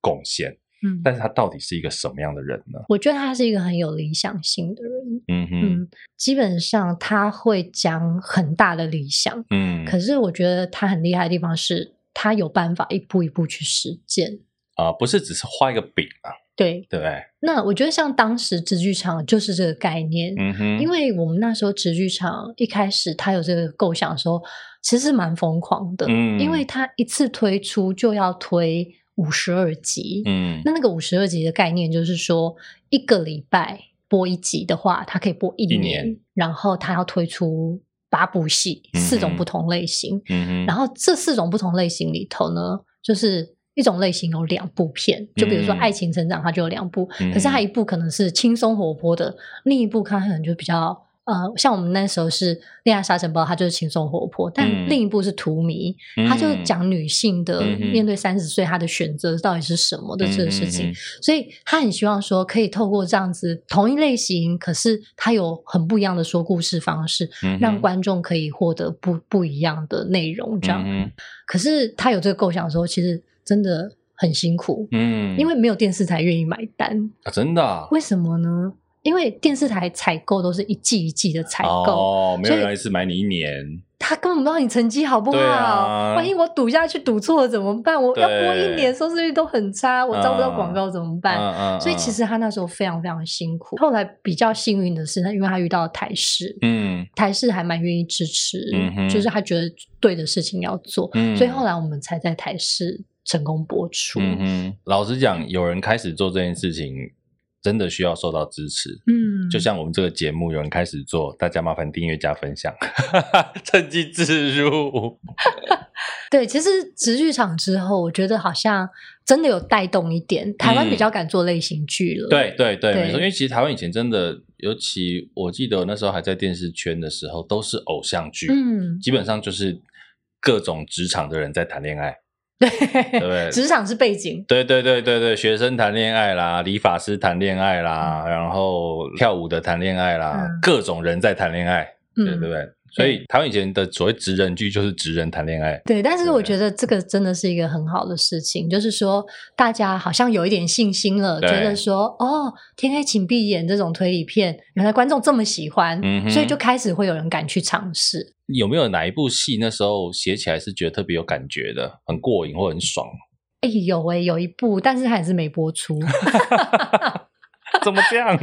S1: 贡献。
S2: 嗯
S1: 但是他到底是一个什么样的人呢？
S2: 我觉得他是一个很有理想性的人。
S1: 嗯哼，
S2: 嗯，基本上他会讲很大的理想，
S1: 嗯，
S2: 可是我觉得他很厉害的地方是，他有办法一步一步去实践。
S1: 啊、不是只是画一个饼啊，
S2: 对，
S1: 对不对？
S2: 那我觉得像当时直剧场就是这个概念，
S1: 嗯哼，
S2: 因为我们那时候直剧场一开始他有这个构想的时候，其实蛮疯狂的，
S1: 嗯
S2: 因为他一次推出就要推五十二集，
S1: 嗯
S2: 那那个五十二集的概念就是说，一个礼拜播一集的话，它可以播一
S1: 一
S2: 年，
S1: 年
S2: 然后它要推出八部戏，
S1: 嗯
S2: 四种
S1: 哼
S2: 不同类型。
S1: 嗯哼，
S2: 然
S1: 后
S2: 后这四种不同类型里头呢，就是一种类型有两部片，就比如说《
S1: 嗯
S2: 爱情成长》，它就有两部，可是
S1: 嗯
S2: 它一部可能是轻松活泼的，另一部它可能就比较。呃，像我们那时候是《恋爱沙尘暴》，它就是轻松活泼，但
S1: 嗯
S2: 另一部是《荼蘼》，它就讲女性的
S1: 嗯哼
S2: 面对三十岁她的选择到底是什么的这个事情，
S1: 嗯
S2: 所以他很希望说可以透过这样子同一类型，可是他有很不一样的说故事方式，
S1: 嗯哼
S2: 让观众可以获得不不一样的内容。这样，
S1: 嗯哼
S2: 可是他有这个构想的时候，其实真的很辛苦，
S1: 嗯
S2: 因为没有电视台愿意买单。
S1: 啊真的啊
S2: 为什么呢？因为电视台采购都是一季一季的采购，
S1: 哦，没
S2: 所
S1: 有
S2: 以
S1: 人一次买你一年，
S2: 他根本不知道你成绩好不好。
S1: 对啊
S2: 万一我赌下去赌错了怎么办？我要播一
S1: 对
S2: 年，收视率都很差，我招不到广告怎么办？
S1: 嗯
S2: 所以其实他那时候非常非常辛苦。后来比较幸运的是，他因为他遇到台视，
S1: 嗯
S2: 台视还蛮愿意支持，
S1: 嗯哼
S2: 就是他觉得对的事情要做，
S1: 嗯
S2: 所以后来我们才在台视成功播出。
S1: 嗯哼，老实讲，有人开始做这件事情，真的需要受到支持。
S2: 嗯，
S1: 就像我们这个节目，有人开始做，大家麻烦订阅加分享，趁机自入。
S2: 对，其实直剧场之后，我觉得好像真的有带动一点，台湾比较敢做类型剧了。
S1: 嗯对对对，
S2: 对
S1: 没错。因为其实台湾以前真的，尤其我记得我那时候还在电视圈的时候，都是偶像剧，
S2: 嗯，
S1: 基本上就是各种职场的人在谈恋爱，对不
S2: 对，
S1: 对？
S2: 职场是背景，
S1: 对对对对对，学生谈恋爱啦，理发师谈恋爱啦，然后跳舞的谈恋爱啦，
S2: 嗯
S1: 各种人在谈恋爱，
S2: 嗯，
S1: 对对不对？所以台湾以前的所谓职人剧就是职人谈恋爱，
S2: 对，但是
S1: 对
S2: 我觉得这个真的是一个很好的事情，就是说大家好像有一点信心了，觉
S1: 对
S2: 得说哦，《天黑请闭眼》这种推理片，原来观众这么喜欢，
S1: 嗯哼
S2: 所以就开始会有人敢去尝试。
S1: 有没有哪一部戏那时候写起来是觉得特别有感觉的，很过瘾或很爽？
S2: 哎，有哎、有一部，但是它也是没播出。
S1: 怎么这样？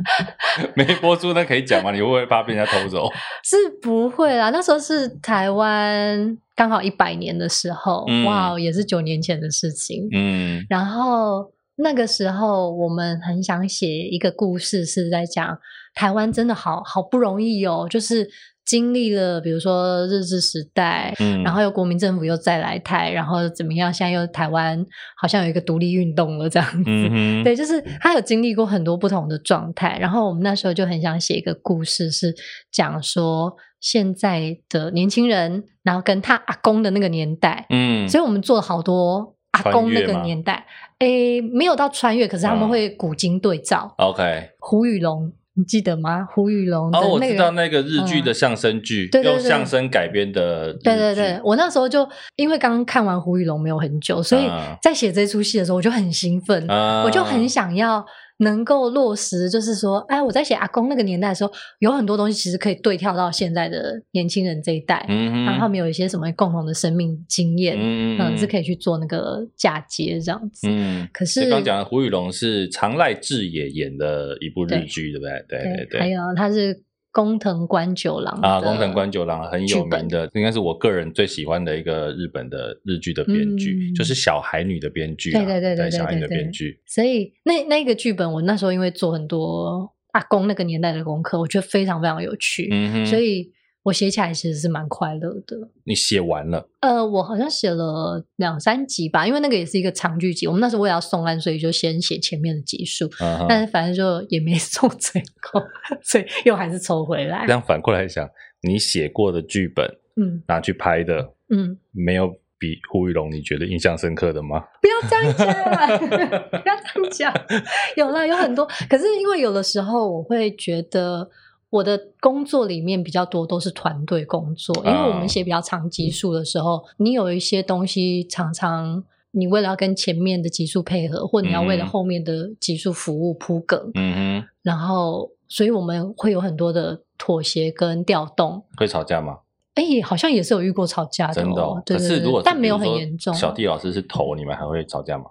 S1: 没播出那可以讲吗？你会不会怕被人家偷走？
S2: 是不会啦，那时候是台湾刚好一百年的时候，
S1: 嗯
S2: 哇哦，也是九年前的事情。
S1: 嗯
S2: 然后那个时候，我们很想写一个故事，是在讲台湾真的好好不容易哦，就是经历了比如说日治时代，
S1: 嗯，
S2: 然后又国民政府又再来台，然后怎么样？现在又台湾好像有一个独立运动了这样子。
S1: 嗯哼，
S2: 对，就是他有经历过很多不同的状态，然后我们那时候就很想写一个故事，是讲说现在的年轻人，然后跟他阿公的那个年代，
S1: 嗯，
S2: 所以我们做了好多阿
S1: 穿
S2: 公那
S1: 越
S2: 个
S1: 吗
S2: 年代，诶，没有到穿越，可是他们
S1: 嗯
S2: 会古今对照。
S1: OK。
S2: 胡宇龙，你记得吗？胡宇龙的
S1: 哦，我
S2: 那
S1: 知
S2: 个。嗯
S1: 道那个日剧的相声剧，
S2: 对对
S1: 用
S2: 对
S1: 相声改编的日剧，
S2: 对对对，我那时候就因为刚看完胡宇龙没有很久，所以
S1: 嗯
S2: 在写这出戏的时候，我就很兴奋，
S1: 啊，
S2: 我就很想要能够落实，就是说，哎，我在写阿公那个年代的时候，有很多东西其实可以对跳到现在的年轻人这一代，
S1: 嗯哼，
S2: 然后他们有一些什么共同的生命经验，
S1: 嗯
S2: 嗯，是
S1: 以，
S2: 可以去做那个嫁接这样子。
S1: 嗯。
S2: 可是
S1: 所以刚刚讲的胡宇龙是常濑智也演的一部日剧，对不对？对对
S2: 还
S1: 对。
S2: 有他是工藤官九郎
S1: 啊，
S2: 的
S1: 宫藤官九郎很有
S2: 剧
S1: 名
S2: 本
S1: 的，应该是我个人最喜欢的一个日本的日剧的编剧，
S2: 嗯
S1: 就是小孩女的编剧啊，
S2: 对对对对对
S1: 小孩女的
S2: 对对
S1: 编剧，
S2: 所以那那个剧本，我那时候因为做很多阿公那个年代的功课，我觉得非常非常有趣，
S1: 嗯哼，
S2: 所以我写起来其实是蛮快乐的。
S1: 你写完了，
S2: 呃，我好像写了两三集吧，因为那个也是一个长剧集。我们那时候为了要送案，所以就先写前面的集数，
S1: 嗯哼
S2: 但是反正就也没 送成功，所以又还是抽回来
S1: 这。样反过来想，你写过的剧本
S2: 嗯
S1: 拿去拍的，
S2: 嗯，
S1: 没有比胡宇龙你觉得印象深刻的吗？
S2: 不要这样讲，不要这 样讲。有啦，有很多，可是因为有的时候我会觉得。我的工作里面比较多都是团队工作，因为我
S1: 啊
S2: 们写比较长集数的时候，你有一些东西常常你为了要跟前面的集数配合，或你要为了
S1: 嗯
S2: 后面的集数服务铺梗，
S1: 嗯哼，
S2: 然后所以我们会有很多的妥协跟调动。
S1: 会吵架吗？
S2: 哎，好像也是有遇过吵架
S1: 真的、
S2: 的
S1: 哦
S2: 哦，对
S1: 可
S2: 对
S1: 是
S2: 对
S1: 如果是
S2: 但
S1: 比
S2: 没
S1: 如
S2: 有很
S1: 说
S2: 严重。啊
S1: 小弟老师是头，你们还会吵架吗？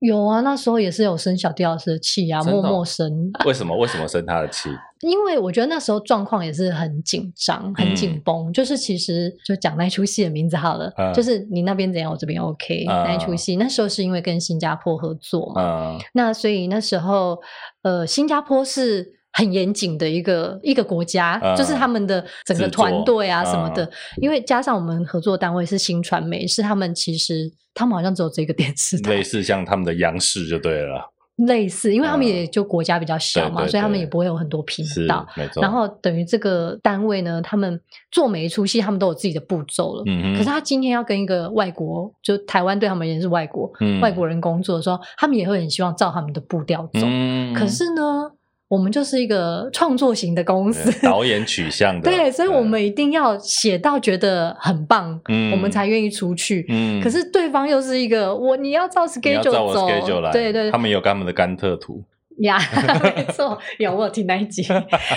S2: 有啊，那时候也是有生小弟老师的气啊，
S1: 真的哦
S2: 默默生，
S1: 为什么？为什么生他的 气？
S2: 因为我觉得那时候状况也是很紧张、很紧绷。就是其实就讲那一出戏的名字好了，
S1: 嗯
S2: 就是你那边怎样，我这边 OK、
S1: 嗯
S2: 那一出戏。那时候是因为跟新加坡合作嘛，
S1: 嗯
S2: 那所以那时候，呃，新加坡是很严谨的一个一个国家，
S1: 嗯
S2: 就是他们的整个
S1: 制作
S2: 团队啊什么的。
S1: 嗯
S2: 因为加上我们合作单位是新传媒，是他们其实他们好像只有这个电视台
S1: 类似像他们的央视就对了，
S2: 类似，因为他们
S1: 嗯
S2: 也就国家比较小嘛，
S1: 对对
S2: 所以他们
S1: 对
S2: 也不会有很多频
S1: 是
S2: 道。
S1: 没错。
S2: 然后等于这个单位呢，他们做每一出戏，他们都有自己的步骤了。
S1: 嗯哼，
S2: 可是他今天要跟一个外国，就台湾对他们也是外国、
S1: 嗯
S2: 外国人工作的时候，他们也会很希望照他们的步调走。
S1: 嗯
S2: 可是呢，我们就是一个创作型的公司
S1: 对， 导演取向的，
S2: 对，所以我们一定要写到觉得很棒，
S1: 嗯
S2: 我们才愿意出去。
S1: 嗯，
S2: 可是对方又是一个我，你要照
S1: 你要
S2: schedule
S1: 照我
S2: 走，
S1: schedule 来，
S2: 对对
S1: 他们有他们的甘特图，
S2: 呀， 没 错，有我有听那一集。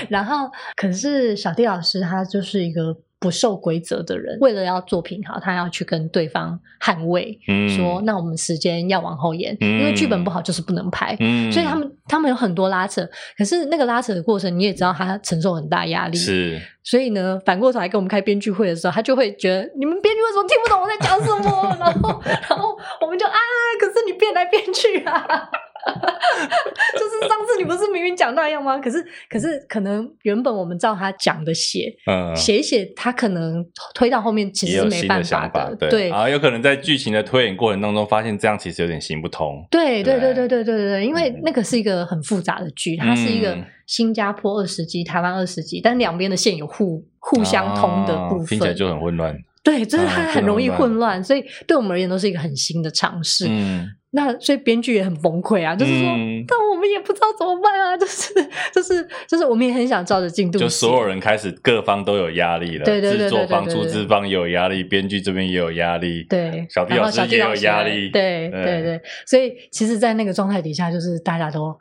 S2: 然后，可是小弟老师他就是一个。不受规则的人，为了要作品好，他要去跟对方捍卫，
S1: 嗯
S2: 说那我们时间要往后延，
S1: 嗯
S2: 因为剧本不好就是不能拍。
S1: 嗯
S2: 所以他们他们有很多拉扯，可是那个拉扯的过程，你也知道他承受很大压力。
S1: 是
S2: 所以呢，反过头来跟我们开编剧会的时候，他就会觉得你们编剧为什么听不懂我在讲什么？ 然后，然后我们就啊，可是你变来变去啊， 就是上次你不是明明讲那样吗？可是，可是可能原本我们照他讲的写，
S1: 嗯。
S2: 写一写，他可能推到后面其
S1: 也
S2: 实是
S1: 有
S2: 没
S1: 新
S2: 办
S1: 的
S2: 法
S1: 想法，
S2: 的，
S1: 对，啊，有可能在剧情的推演过程当中，发现这样其实有点行不通，
S2: 对对对
S1: 对
S2: 对对对对，因为
S1: 嗯
S2: 那个是一个很复杂的剧，它是一个
S1: 嗯
S2: 新加坡二十集、台湾二十集，但两边的线有互互相通的
S1: 啊
S2: 部分，
S1: 听起来就很混乱。
S2: 对，就是它
S1: 啊
S2: 很容易
S1: 真的很
S2: 混乱，所以对我们而言都是一个很新的尝试。
S1: 嗯，
S2: 那所以编剧也很崩溃啊，就是说，
S1: 嗯
S2: 但我们也不知道怎么办啊，就是 就是就是，我们也很想照着进度写，
S1: 就所有人开始各方都有压力了，
S2: 对对对对
S1: 制作方、
S2: 对对
S1: 出
S2: 对
S1: 资方也有压力，编剧这边也有压力，
S2: 对，
S1: 小弟
S2: 然后
S1: 老师
S2: 小弟
S1: 也
S2: 老
S1: 有
S2: 师
S1: 压力嗯
S2: 对
S1: 对
S2: 对对所以其实，在那个状态底下，就是大家都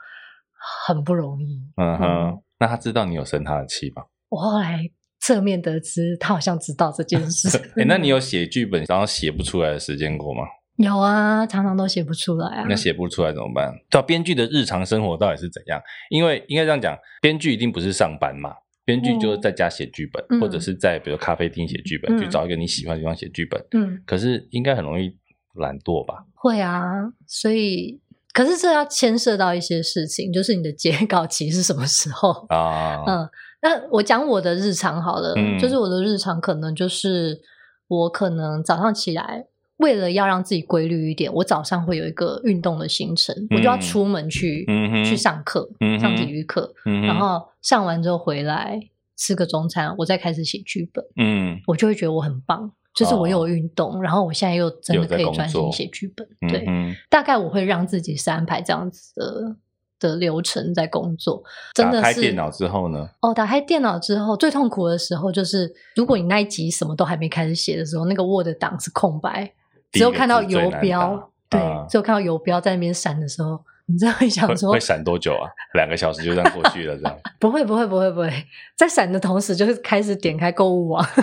S2: 很不容易。
S1: 嗯
S2: 嗯
S1: 哼。那他知道你有生他的气 吗？
S2: 我后来侧面得知，他好像知道这件事
S1: 。哎、那你有写剧本然后写不出来的时间过吗？
S2: 有啊？常常都写不出来啊。
S1: 那写不出来怎么办？对、啊，编剧的日常生活到底是怎样？因为应该这样讲，编剧一定不是上班嘛，编剧就是在家写剧本，
S2: 嗯
S1: 或者是在比如咖啡厅写剧本，
S2: 嗯
S1: 去找一个你喜欢的地方写剧本。
S2: 嗯，
S1: 可是应该很容易懒惰吧？
S2: 会啊。所以，可是这要牵涉到一些事情，就是你的截稿期是什么时候？
S1: 啊，
S2: 嗯，那我讲我的日常好了，
S1: 嗯
S2: 就是我的日常可能就是我可能早上起来，为了要让自己规律一点，我早上会有一个运动的行程，我就要
S1: 嗯
S2: 出门去、
S1: 嗯哼
S2: 去上课，
S1: 嗯哼
S2: 上体育课，
S1: 嗯哼
S2: 然后上完之后回来吃个中餐，我再开始写剧本，
S1: 嗯
S2: 我就会觉得我很棒。就是我又有运动，然后我现在又真
S1: 又
S2: 的
S1: 哦在
S2: 可以
S1: 工
S2: 专
S1: 作
S2: 心写剧本。
S1: 嗯
S2: 对，
S1: 哼，
S2: 大概我会让自己是安排这样子的的流程在工作，真的
S1: 打
S2: 是
S1: 开电脑之后呢？
S2: 哦，打开电脑之后，最痛苦的时候就是，如果你那一集什么都还没开始写的时候，那个 Word 档是空白，
S1: 第一
S2: 只
S1: 个
S2: 有看到
S1: 字最
S2: 游
S1: 难
S2: 标，
S1: 打
S2: 对
S1: 啊，
S2: 只有看到游标在那边闪的时候，你真的会想
S1: 会
S2: 说
S1: 会，闪多久啊？两个小时就这样过去了，这 样。
S2: 不会，不会，不会，不会，在闪的同时，就是开始点开购物网，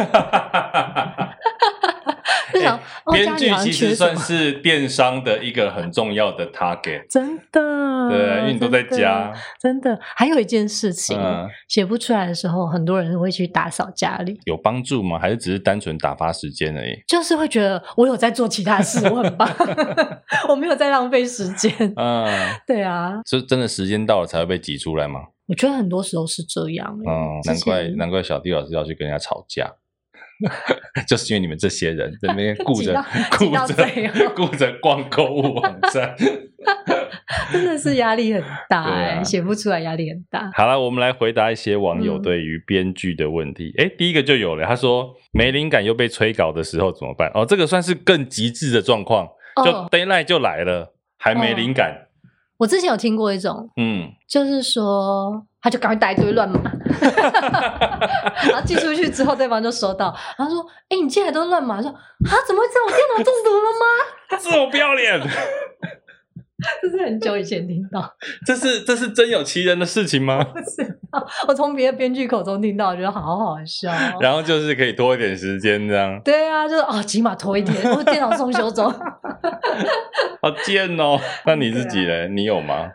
S2: 就想，哦，
S1: 哎编
S2: 家里
S1: 剧
S2: 好像
S1: 其实
S2: 缺什
S1: 算
S2: 么，
S1: 是电商的一个很重要的 target，
S2: 真的，
S1: 对，啊因为你都在
S2: 哦真的
S1: 家，，
S2: 真的。还有一件事情
S1: 嗯，
S2: 写不出来的时候，很多人会去打扫家里，
S1: 有帮助吗？还是只是单纯打发时间而已？
S2: 就是会觉得我有在做其他事，我 很棒， 我没有在浪费时间。
S1: 嗯，
S2: 对啊，
S1: 是真的时间到了才会被挤出来吗？
S2: 我觉得很多时候是这样、欸。
S1: 嗯，
S2: 嗯之
S1: 难怪
S2: 前
S1: 难怪小弟老师要去跟人家吵架， 就是因为你们这些人在那边顾
S2: 挤
S1: 着
S2: 到
S1: 顾
S2: 挤到最
S1: 着
S2: 后
S1: 顾着逛购物网站。
S2: 真的是 压力很大、
S1: 对啊
S2: 欸，写、不出来，压力很 大。
S1: 好了，我们来回答一些网友
S2: 嗯
S1: 对于编剧的问题。哎、第一个就有了，他说没灵感又被催稿的时候怎么办？哦，这个算是更极致的状况，就
S2: 哦
S1: d a y l i g h t 就来了，还没灵感。
S2: 我之前有听过一种，
S1: 嗯，
S2: 就是说他就赶快打一堆乱码， 然后寄出去之后，对方就收到，然后说：“哎、你寄来都是乱码。”说：“啊，怎么会这样？我电脑中毒了吗？”
S1: 自我不要脸，
S2: 这是很久以前听到，
S1: 这是这是真有其人的事情 吗？
S2: 我从别的编剧口中听到，我觉得好好笑哦。
S1: 然后就是可以多一点时间这样，
S2: 对啊，就是哦，起码拖一天，我电脑送修中。
S1: 好贱哦。那你自己
S2: 啊
S1: 嘞，你有吗？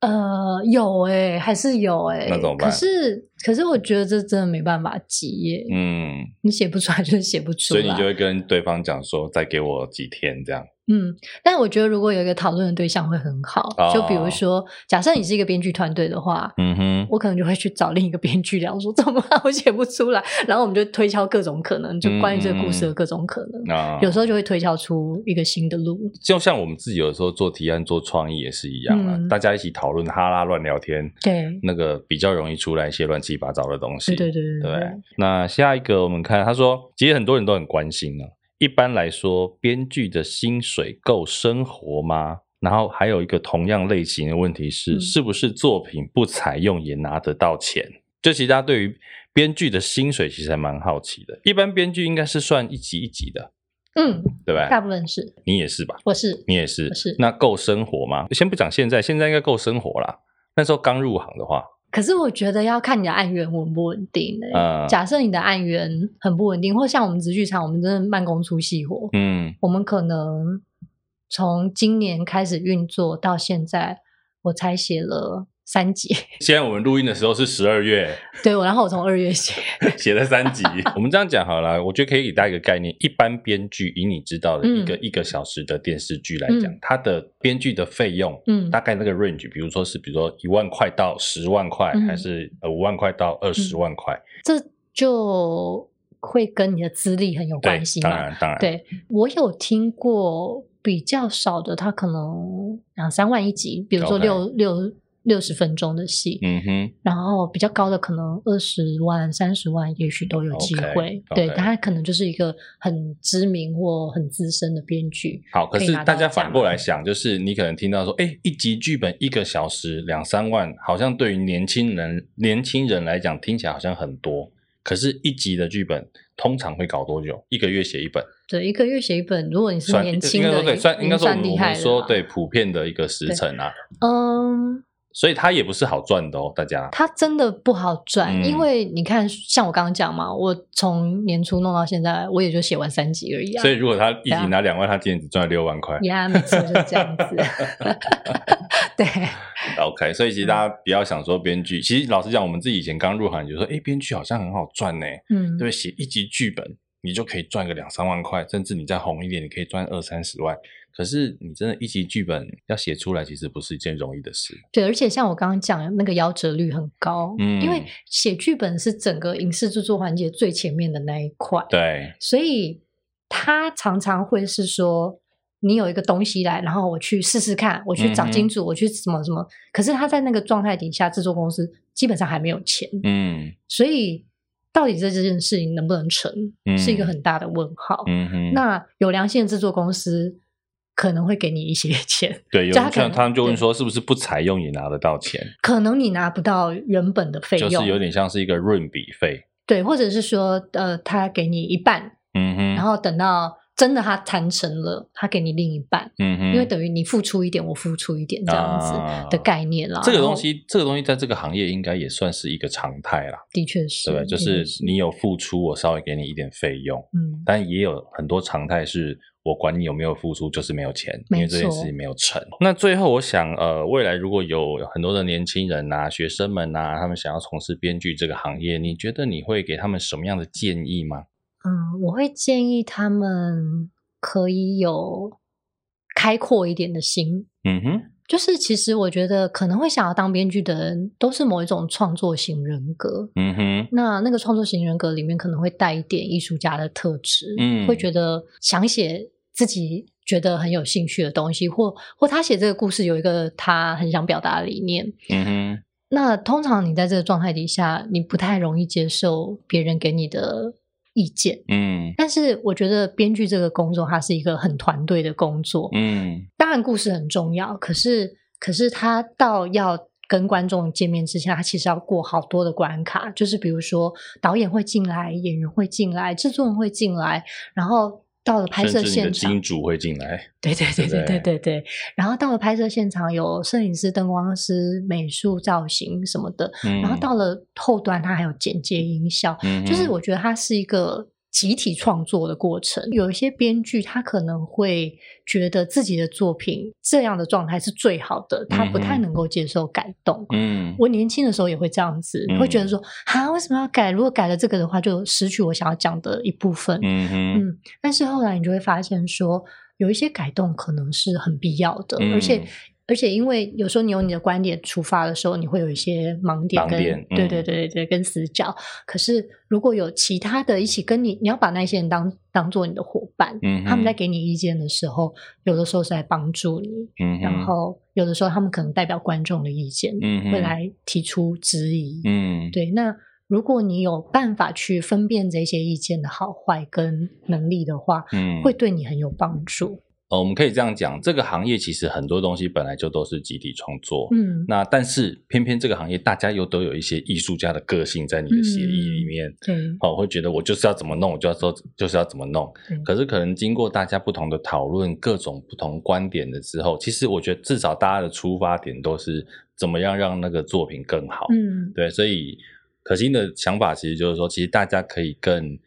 S2: 呃，有哎、还是有哎、
S1: 那怎么
S2: 可
S1: 办
S2: 是，可是我觉得这真的没办法急耶、
S1: 嗯，
S2: 你写不出来就是写不出
S1: 所
S2: 来。
S1: 以你就会跟对方讲说，再给我几天这样。
S2: 嗯，但我觉得如果有一个讨论的对象会很好，
S1: 哦
S2: 就比如说，假设你是一个编剧团队的话。
S1: 嗯哼，
S2: 我可能就会去找另一个编剧聊，说怎么办，我写不出来，然后我们就推敲各种可能，就关于这个故
S1: 嗯
S2: 事的各种可能，
S1: 啊
S2: 有时候就会推敲出一个新的路。
S1: 就像我们自己有时候做提案、做创意也是一样啊，
S2: 嗯
S1: 大家一起讨论、哈拉乱聊天，
S2: 对，
S1: 那个比较容易出来一些乱七八糟的东西。
S2: 对对对对
S1: 对那下一个我们看，他说，其实很多人都很关心啊。一般来说，编剧的薪水够生活吗？然后还有一个同样类型的问题是，
S2: 嗯
S1: 是不是作品不采用也拿得到钱？就其实大家对于编剧的薪水其实还蛮好奇的。一般编剧应该是算一集一集的，
S2: 嗯，
S1: 对吧？
S2: 大部分是，
S1: 你也是吧？
S2: 我是，
S1: 你也是，
S2: 是
S1: 那够生活吗？先不讲现在，现在应该够生活啦。那时候刚入行的话，
S2: 可是我觉得要看你的案源稳不稳定、欸。
S1: 啊
S2: 假设你的案源很不稳定，或像我们直剧场，我们真的慢工出细活，
S1: 嗯
S2: 我们可能从今年开始运作到现在，我才写了三集。
S1: 现在我们录音的时候是十二月，
S2: 对，我然后我从二月写，
S1: 写了三 集。我们这样讲好了，我觉得可以给大家一个概念。一般编剧以你知道的一个、一个小时的电视剧来讲，
S2: 嗯
S1: 它的编剧的费用。
S2: 嗯
S1: 大概那个 range，比如说是，比如说一万块到十万块，
S2: 嗯
S1: 还是呃五万块到二十万块？
S2: 这就会跟你的资历很有关系
S1: 对，当
S2: 嘛。
S1: 然当然，
S2: 对我有听过比较少的，他可能两三万一集，比如说
S1: OK
S2: 六六六十分钟的戏，
S1: 嗯哼，
S2: 然后比较高的可能二十万、三十万，也许都有机
S1: OK，
S2: 会。
S1: OK
S2: 对，但他可能就是一个很知名或很资深的编剧。
S1: 好。可
S2: 可以
S1: 是
S2: 拿
S1: 大
S2: 到
S1: 家
S2: 奖
S1: 反过来想，就是你可能听到说，哎，一集剧本一个小时两三万，好像对于年轻人年轻人来讲听起来好像很多，可是一集的剧本通常会搞多久？一个月写一本，
S2: 对，一个月写一本，如果你是
S1: 算
S2: 年轻
S1: 应该说
S2: 的，
S1: 对，算
S2: 已
S1: 应该
S2: 经
S1: 说我
S2: 算
S1: 们
S2: 厉
S1: 我
S2: 害
S1: 们
S2: 了
S1: 说
S2: 啦
S1: 对，普遍的一个时辰啊，
S2: 嗯，
S1: 所以它也不是好赚的哦，大 家。
S2: 它真的不好赚，
S1: 嗯
S2: 因为你看，像我刚刚讲嘛，我从年初弄到现在，我也就写完三集而已啊
S1: 所。以如果他一
S2: 对
S1: 集
S2: 啊
S1: 拿两万，他今年只赚了六万块。
S2: 呀，没错，就是这 样子。对，
S1: OK，所以其实
S2: 嗯
S1: 大家不要想说编剧，其实老实讲，我们自己以前刚入行就说，哎，编剧好像很好赚呢，
S2: 嗯，
S1: 对，写一集剧本你就可以赚个两三万块，甚至你再红一点，你可以赚二三十万。可是你真的一集剧本要写出来，其实不是一件容易的事。
S2: 对，而且像我刚刚讲，那个夭折率很高，因
S1: 嗯
S2: 为写剧本是整个影视制作环节最前面的那一块，
S1: 对，
S2: 所以它常常会是说，你有一个东西来，然后我去试试看，我去找
S1: 嗯
S2: 金
S1: 哼
S2: 主，我去什么什么，可是他在那个状态底下，制作公司基本上还没有钱，
S1: 嗯
S2: 所以到底这件事情能不能成，
S1: 嗯
S2: 是一个很大的问号。
S1: 嗯哼，
S2: 那有良心的制作公司可能会给你一些钱，
S1: 对，有
S2: 就他
S1: 人
S2: 可
S1: 像
S2: 能
S1: 他们就问
S2: 对
S1: 说，是不是不采用也拿得到钱？
S2: 可能你拿不到原本的费
S1: 就
S2: 用，
S1: 是有点像是一个润笔费。
S2: 对，或者是说，呃，他给你一半，
S1: 嗯哼，
S2: 然后等到真的他谈成了，他给你另一半，
S1: 嗯哼，
S2: 因为等于你付出一点，我付出一点这样子
S1: 啊
S2: 的概念啦。
S1: 这个
S2: 然后
S1: 东西，这个东西在这个行业应该也算是一个常态啦，
S2: 的确是，
S1: 对不对？就
S2: 的
S1: 是
S2: 确
S1: 你有付出，我稍微给你一点费用，
S2: 嗯，
S1: 但也有很多常态是我管你有没有付出，就是没有钱，因为
S2: 没
S1: 这件
S2: 错
S1: 事情没有成。那最后，我想，呃，未来如果有很多的年轻人啊、学生们啊，他们想要从事编剧这个行业，你觉得你会给他们什么样的建议吗？
S2: 嗯，我会建议他们可以有开阔一点的心。
S1: 嗯哼，
S2: 就是其实我觉得可能会想要当编剧的人，都是某一种创作型人格。
S1: 嗯哼，
S2: 那那个创作型人格里面可能会带一点艺术家的特质，
S1: 嗯
S2: 会觉得想写自己觉得很有兴趣的东西，或或他写这个故事有一个他很想表达的理念。
S1: 嗯哼，
S2: 那通常你在这个状态底下，你不太容易接受别人给你的意见。
S1: 嗯
S2: 但是我觉得编剧这个工作，它是一个很团队的工作。
S1: 嗯
S2: 当然，故事很重要，可是可是他到要跟观众见面之前，他其实要过好多的关卡，就是比如说导演会进来，演员会进来，制作人会进来，然后到了拍摄
S1: 甚至你的
S2: 现场
S1: 金，主会进来，
S2: 对对
S1: 对
S2: 对对
S1: 不
S2: 对对对，然后到了拍摄现场有摄影师、灯光师、美术、造型什么的，
S1: 嗯、
S2: 然后到了后端，他还有剪接、音效，
S1: 嗯哼，
S2: 就是我觉得它是一个集体创作的过程。有一些编剧他可能会觉得自己的作品这样的状态是最好的，他不太
S1: 嗯哼
S2: 能够接受改动。
S1: 嗯
S2: 我年轻的时候也会这样子，会觉得说啊，为什么要改？如果改了这个的话，就失去我想要讲的一部分。
S1: 嗯哼
S2: 嗯，但是后来你就会发现说，有一些改动可能是很必要的，而
S1: 嗯
S2: 且。而且，因为有时候你用你的观点出发的时候，你会有一些盲点
S1: 盲
S2: 跟
S1: 点
S2: 对
S1: 嗯
S2: 对对对跟死角。可是如果有其他的一起跟你，你要把那些人当当做你的伙伴，
S1: 嗯
S2: 他们在
S1: 哼
S2: 给你意见的时候，有的时候是来帮助你，
S1: 嗯哼，
S2: 然后有的时候他们可能代表观众的意见，
S1: 嗯哼
S2: 会来提出质疑，
S1: 嗯
S2: 对，那如果你有办法去分辨这些意见的好坏跟能力的话，
S1: 嗯
S2: 会对你很有帮助。
S1: 呃，我们可以这样讲，这个行业其实很多东西本来就都是集体创作，
S2: 嗯
S1: 那但是偏偏这个行业大家又都有一些艺术家的个性在你的协议
S2: 嗯
S1: 里面，
S2: 对
S1: 哦，会觉得我就是要怎么弄，我就要说就是要怎么弄。
S2: 对
S1: 可是可能经过大家不同的讨论，各种不同观点的之后，其实我觉得至少大家的出发点都是怎么样让那个作品更好。
S2: 嗯
S1: 对，所以可心的想法其实就是说，其实大家可以更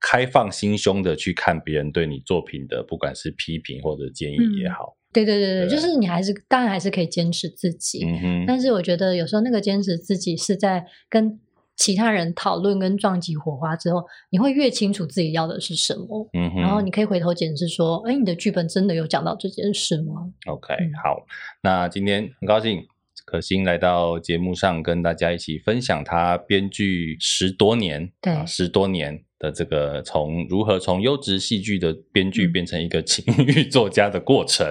S1: 开放心胸的去看别人对你作品的，不管是批评或者建议
S2: 嗯
S1: 也好。
S2: 对对对对，
S1: 对
S2: 就是你还是当然还是可以坚持自己，
S1: 嗯哼，
S2: 但是我觉得有时候那个坚持自己是在跟其他人讨论跟撞击火花之后，你会越清楚自己要的是什么，
S1: 嗯哼，
S2: 然后你可以回头检视说，哎，你的剧本真的有讲到这件事吗？
S1: OK，、
S2: 嗯
S1: 好，那今天很高兴可心来到节目上，跟大家一起分享她编剧十多年，
S2: 对
S1: 啊十多年的这个从如何从优质戏剧的编剧
S2: 嗯
S1: 变成一个情欲作家的过程、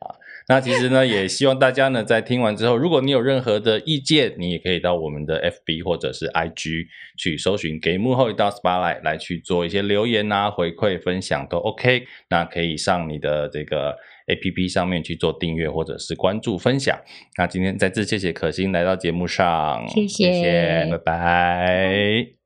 S1: 啊。那其实呢，也希望大家呢在听完之后，如果你有任何的意见，你也可以到我们的 FB 或者是 IG 去搜寻“给幕后一道 spotlight” 来去做一些留言啊、回馈、分享都 OK。那可以上你的这个 APP 上面去做订阅或者是关注分享。那今天再次谢谢可心来到节目上，
S2: 谢谢
S1: 谢拜拜。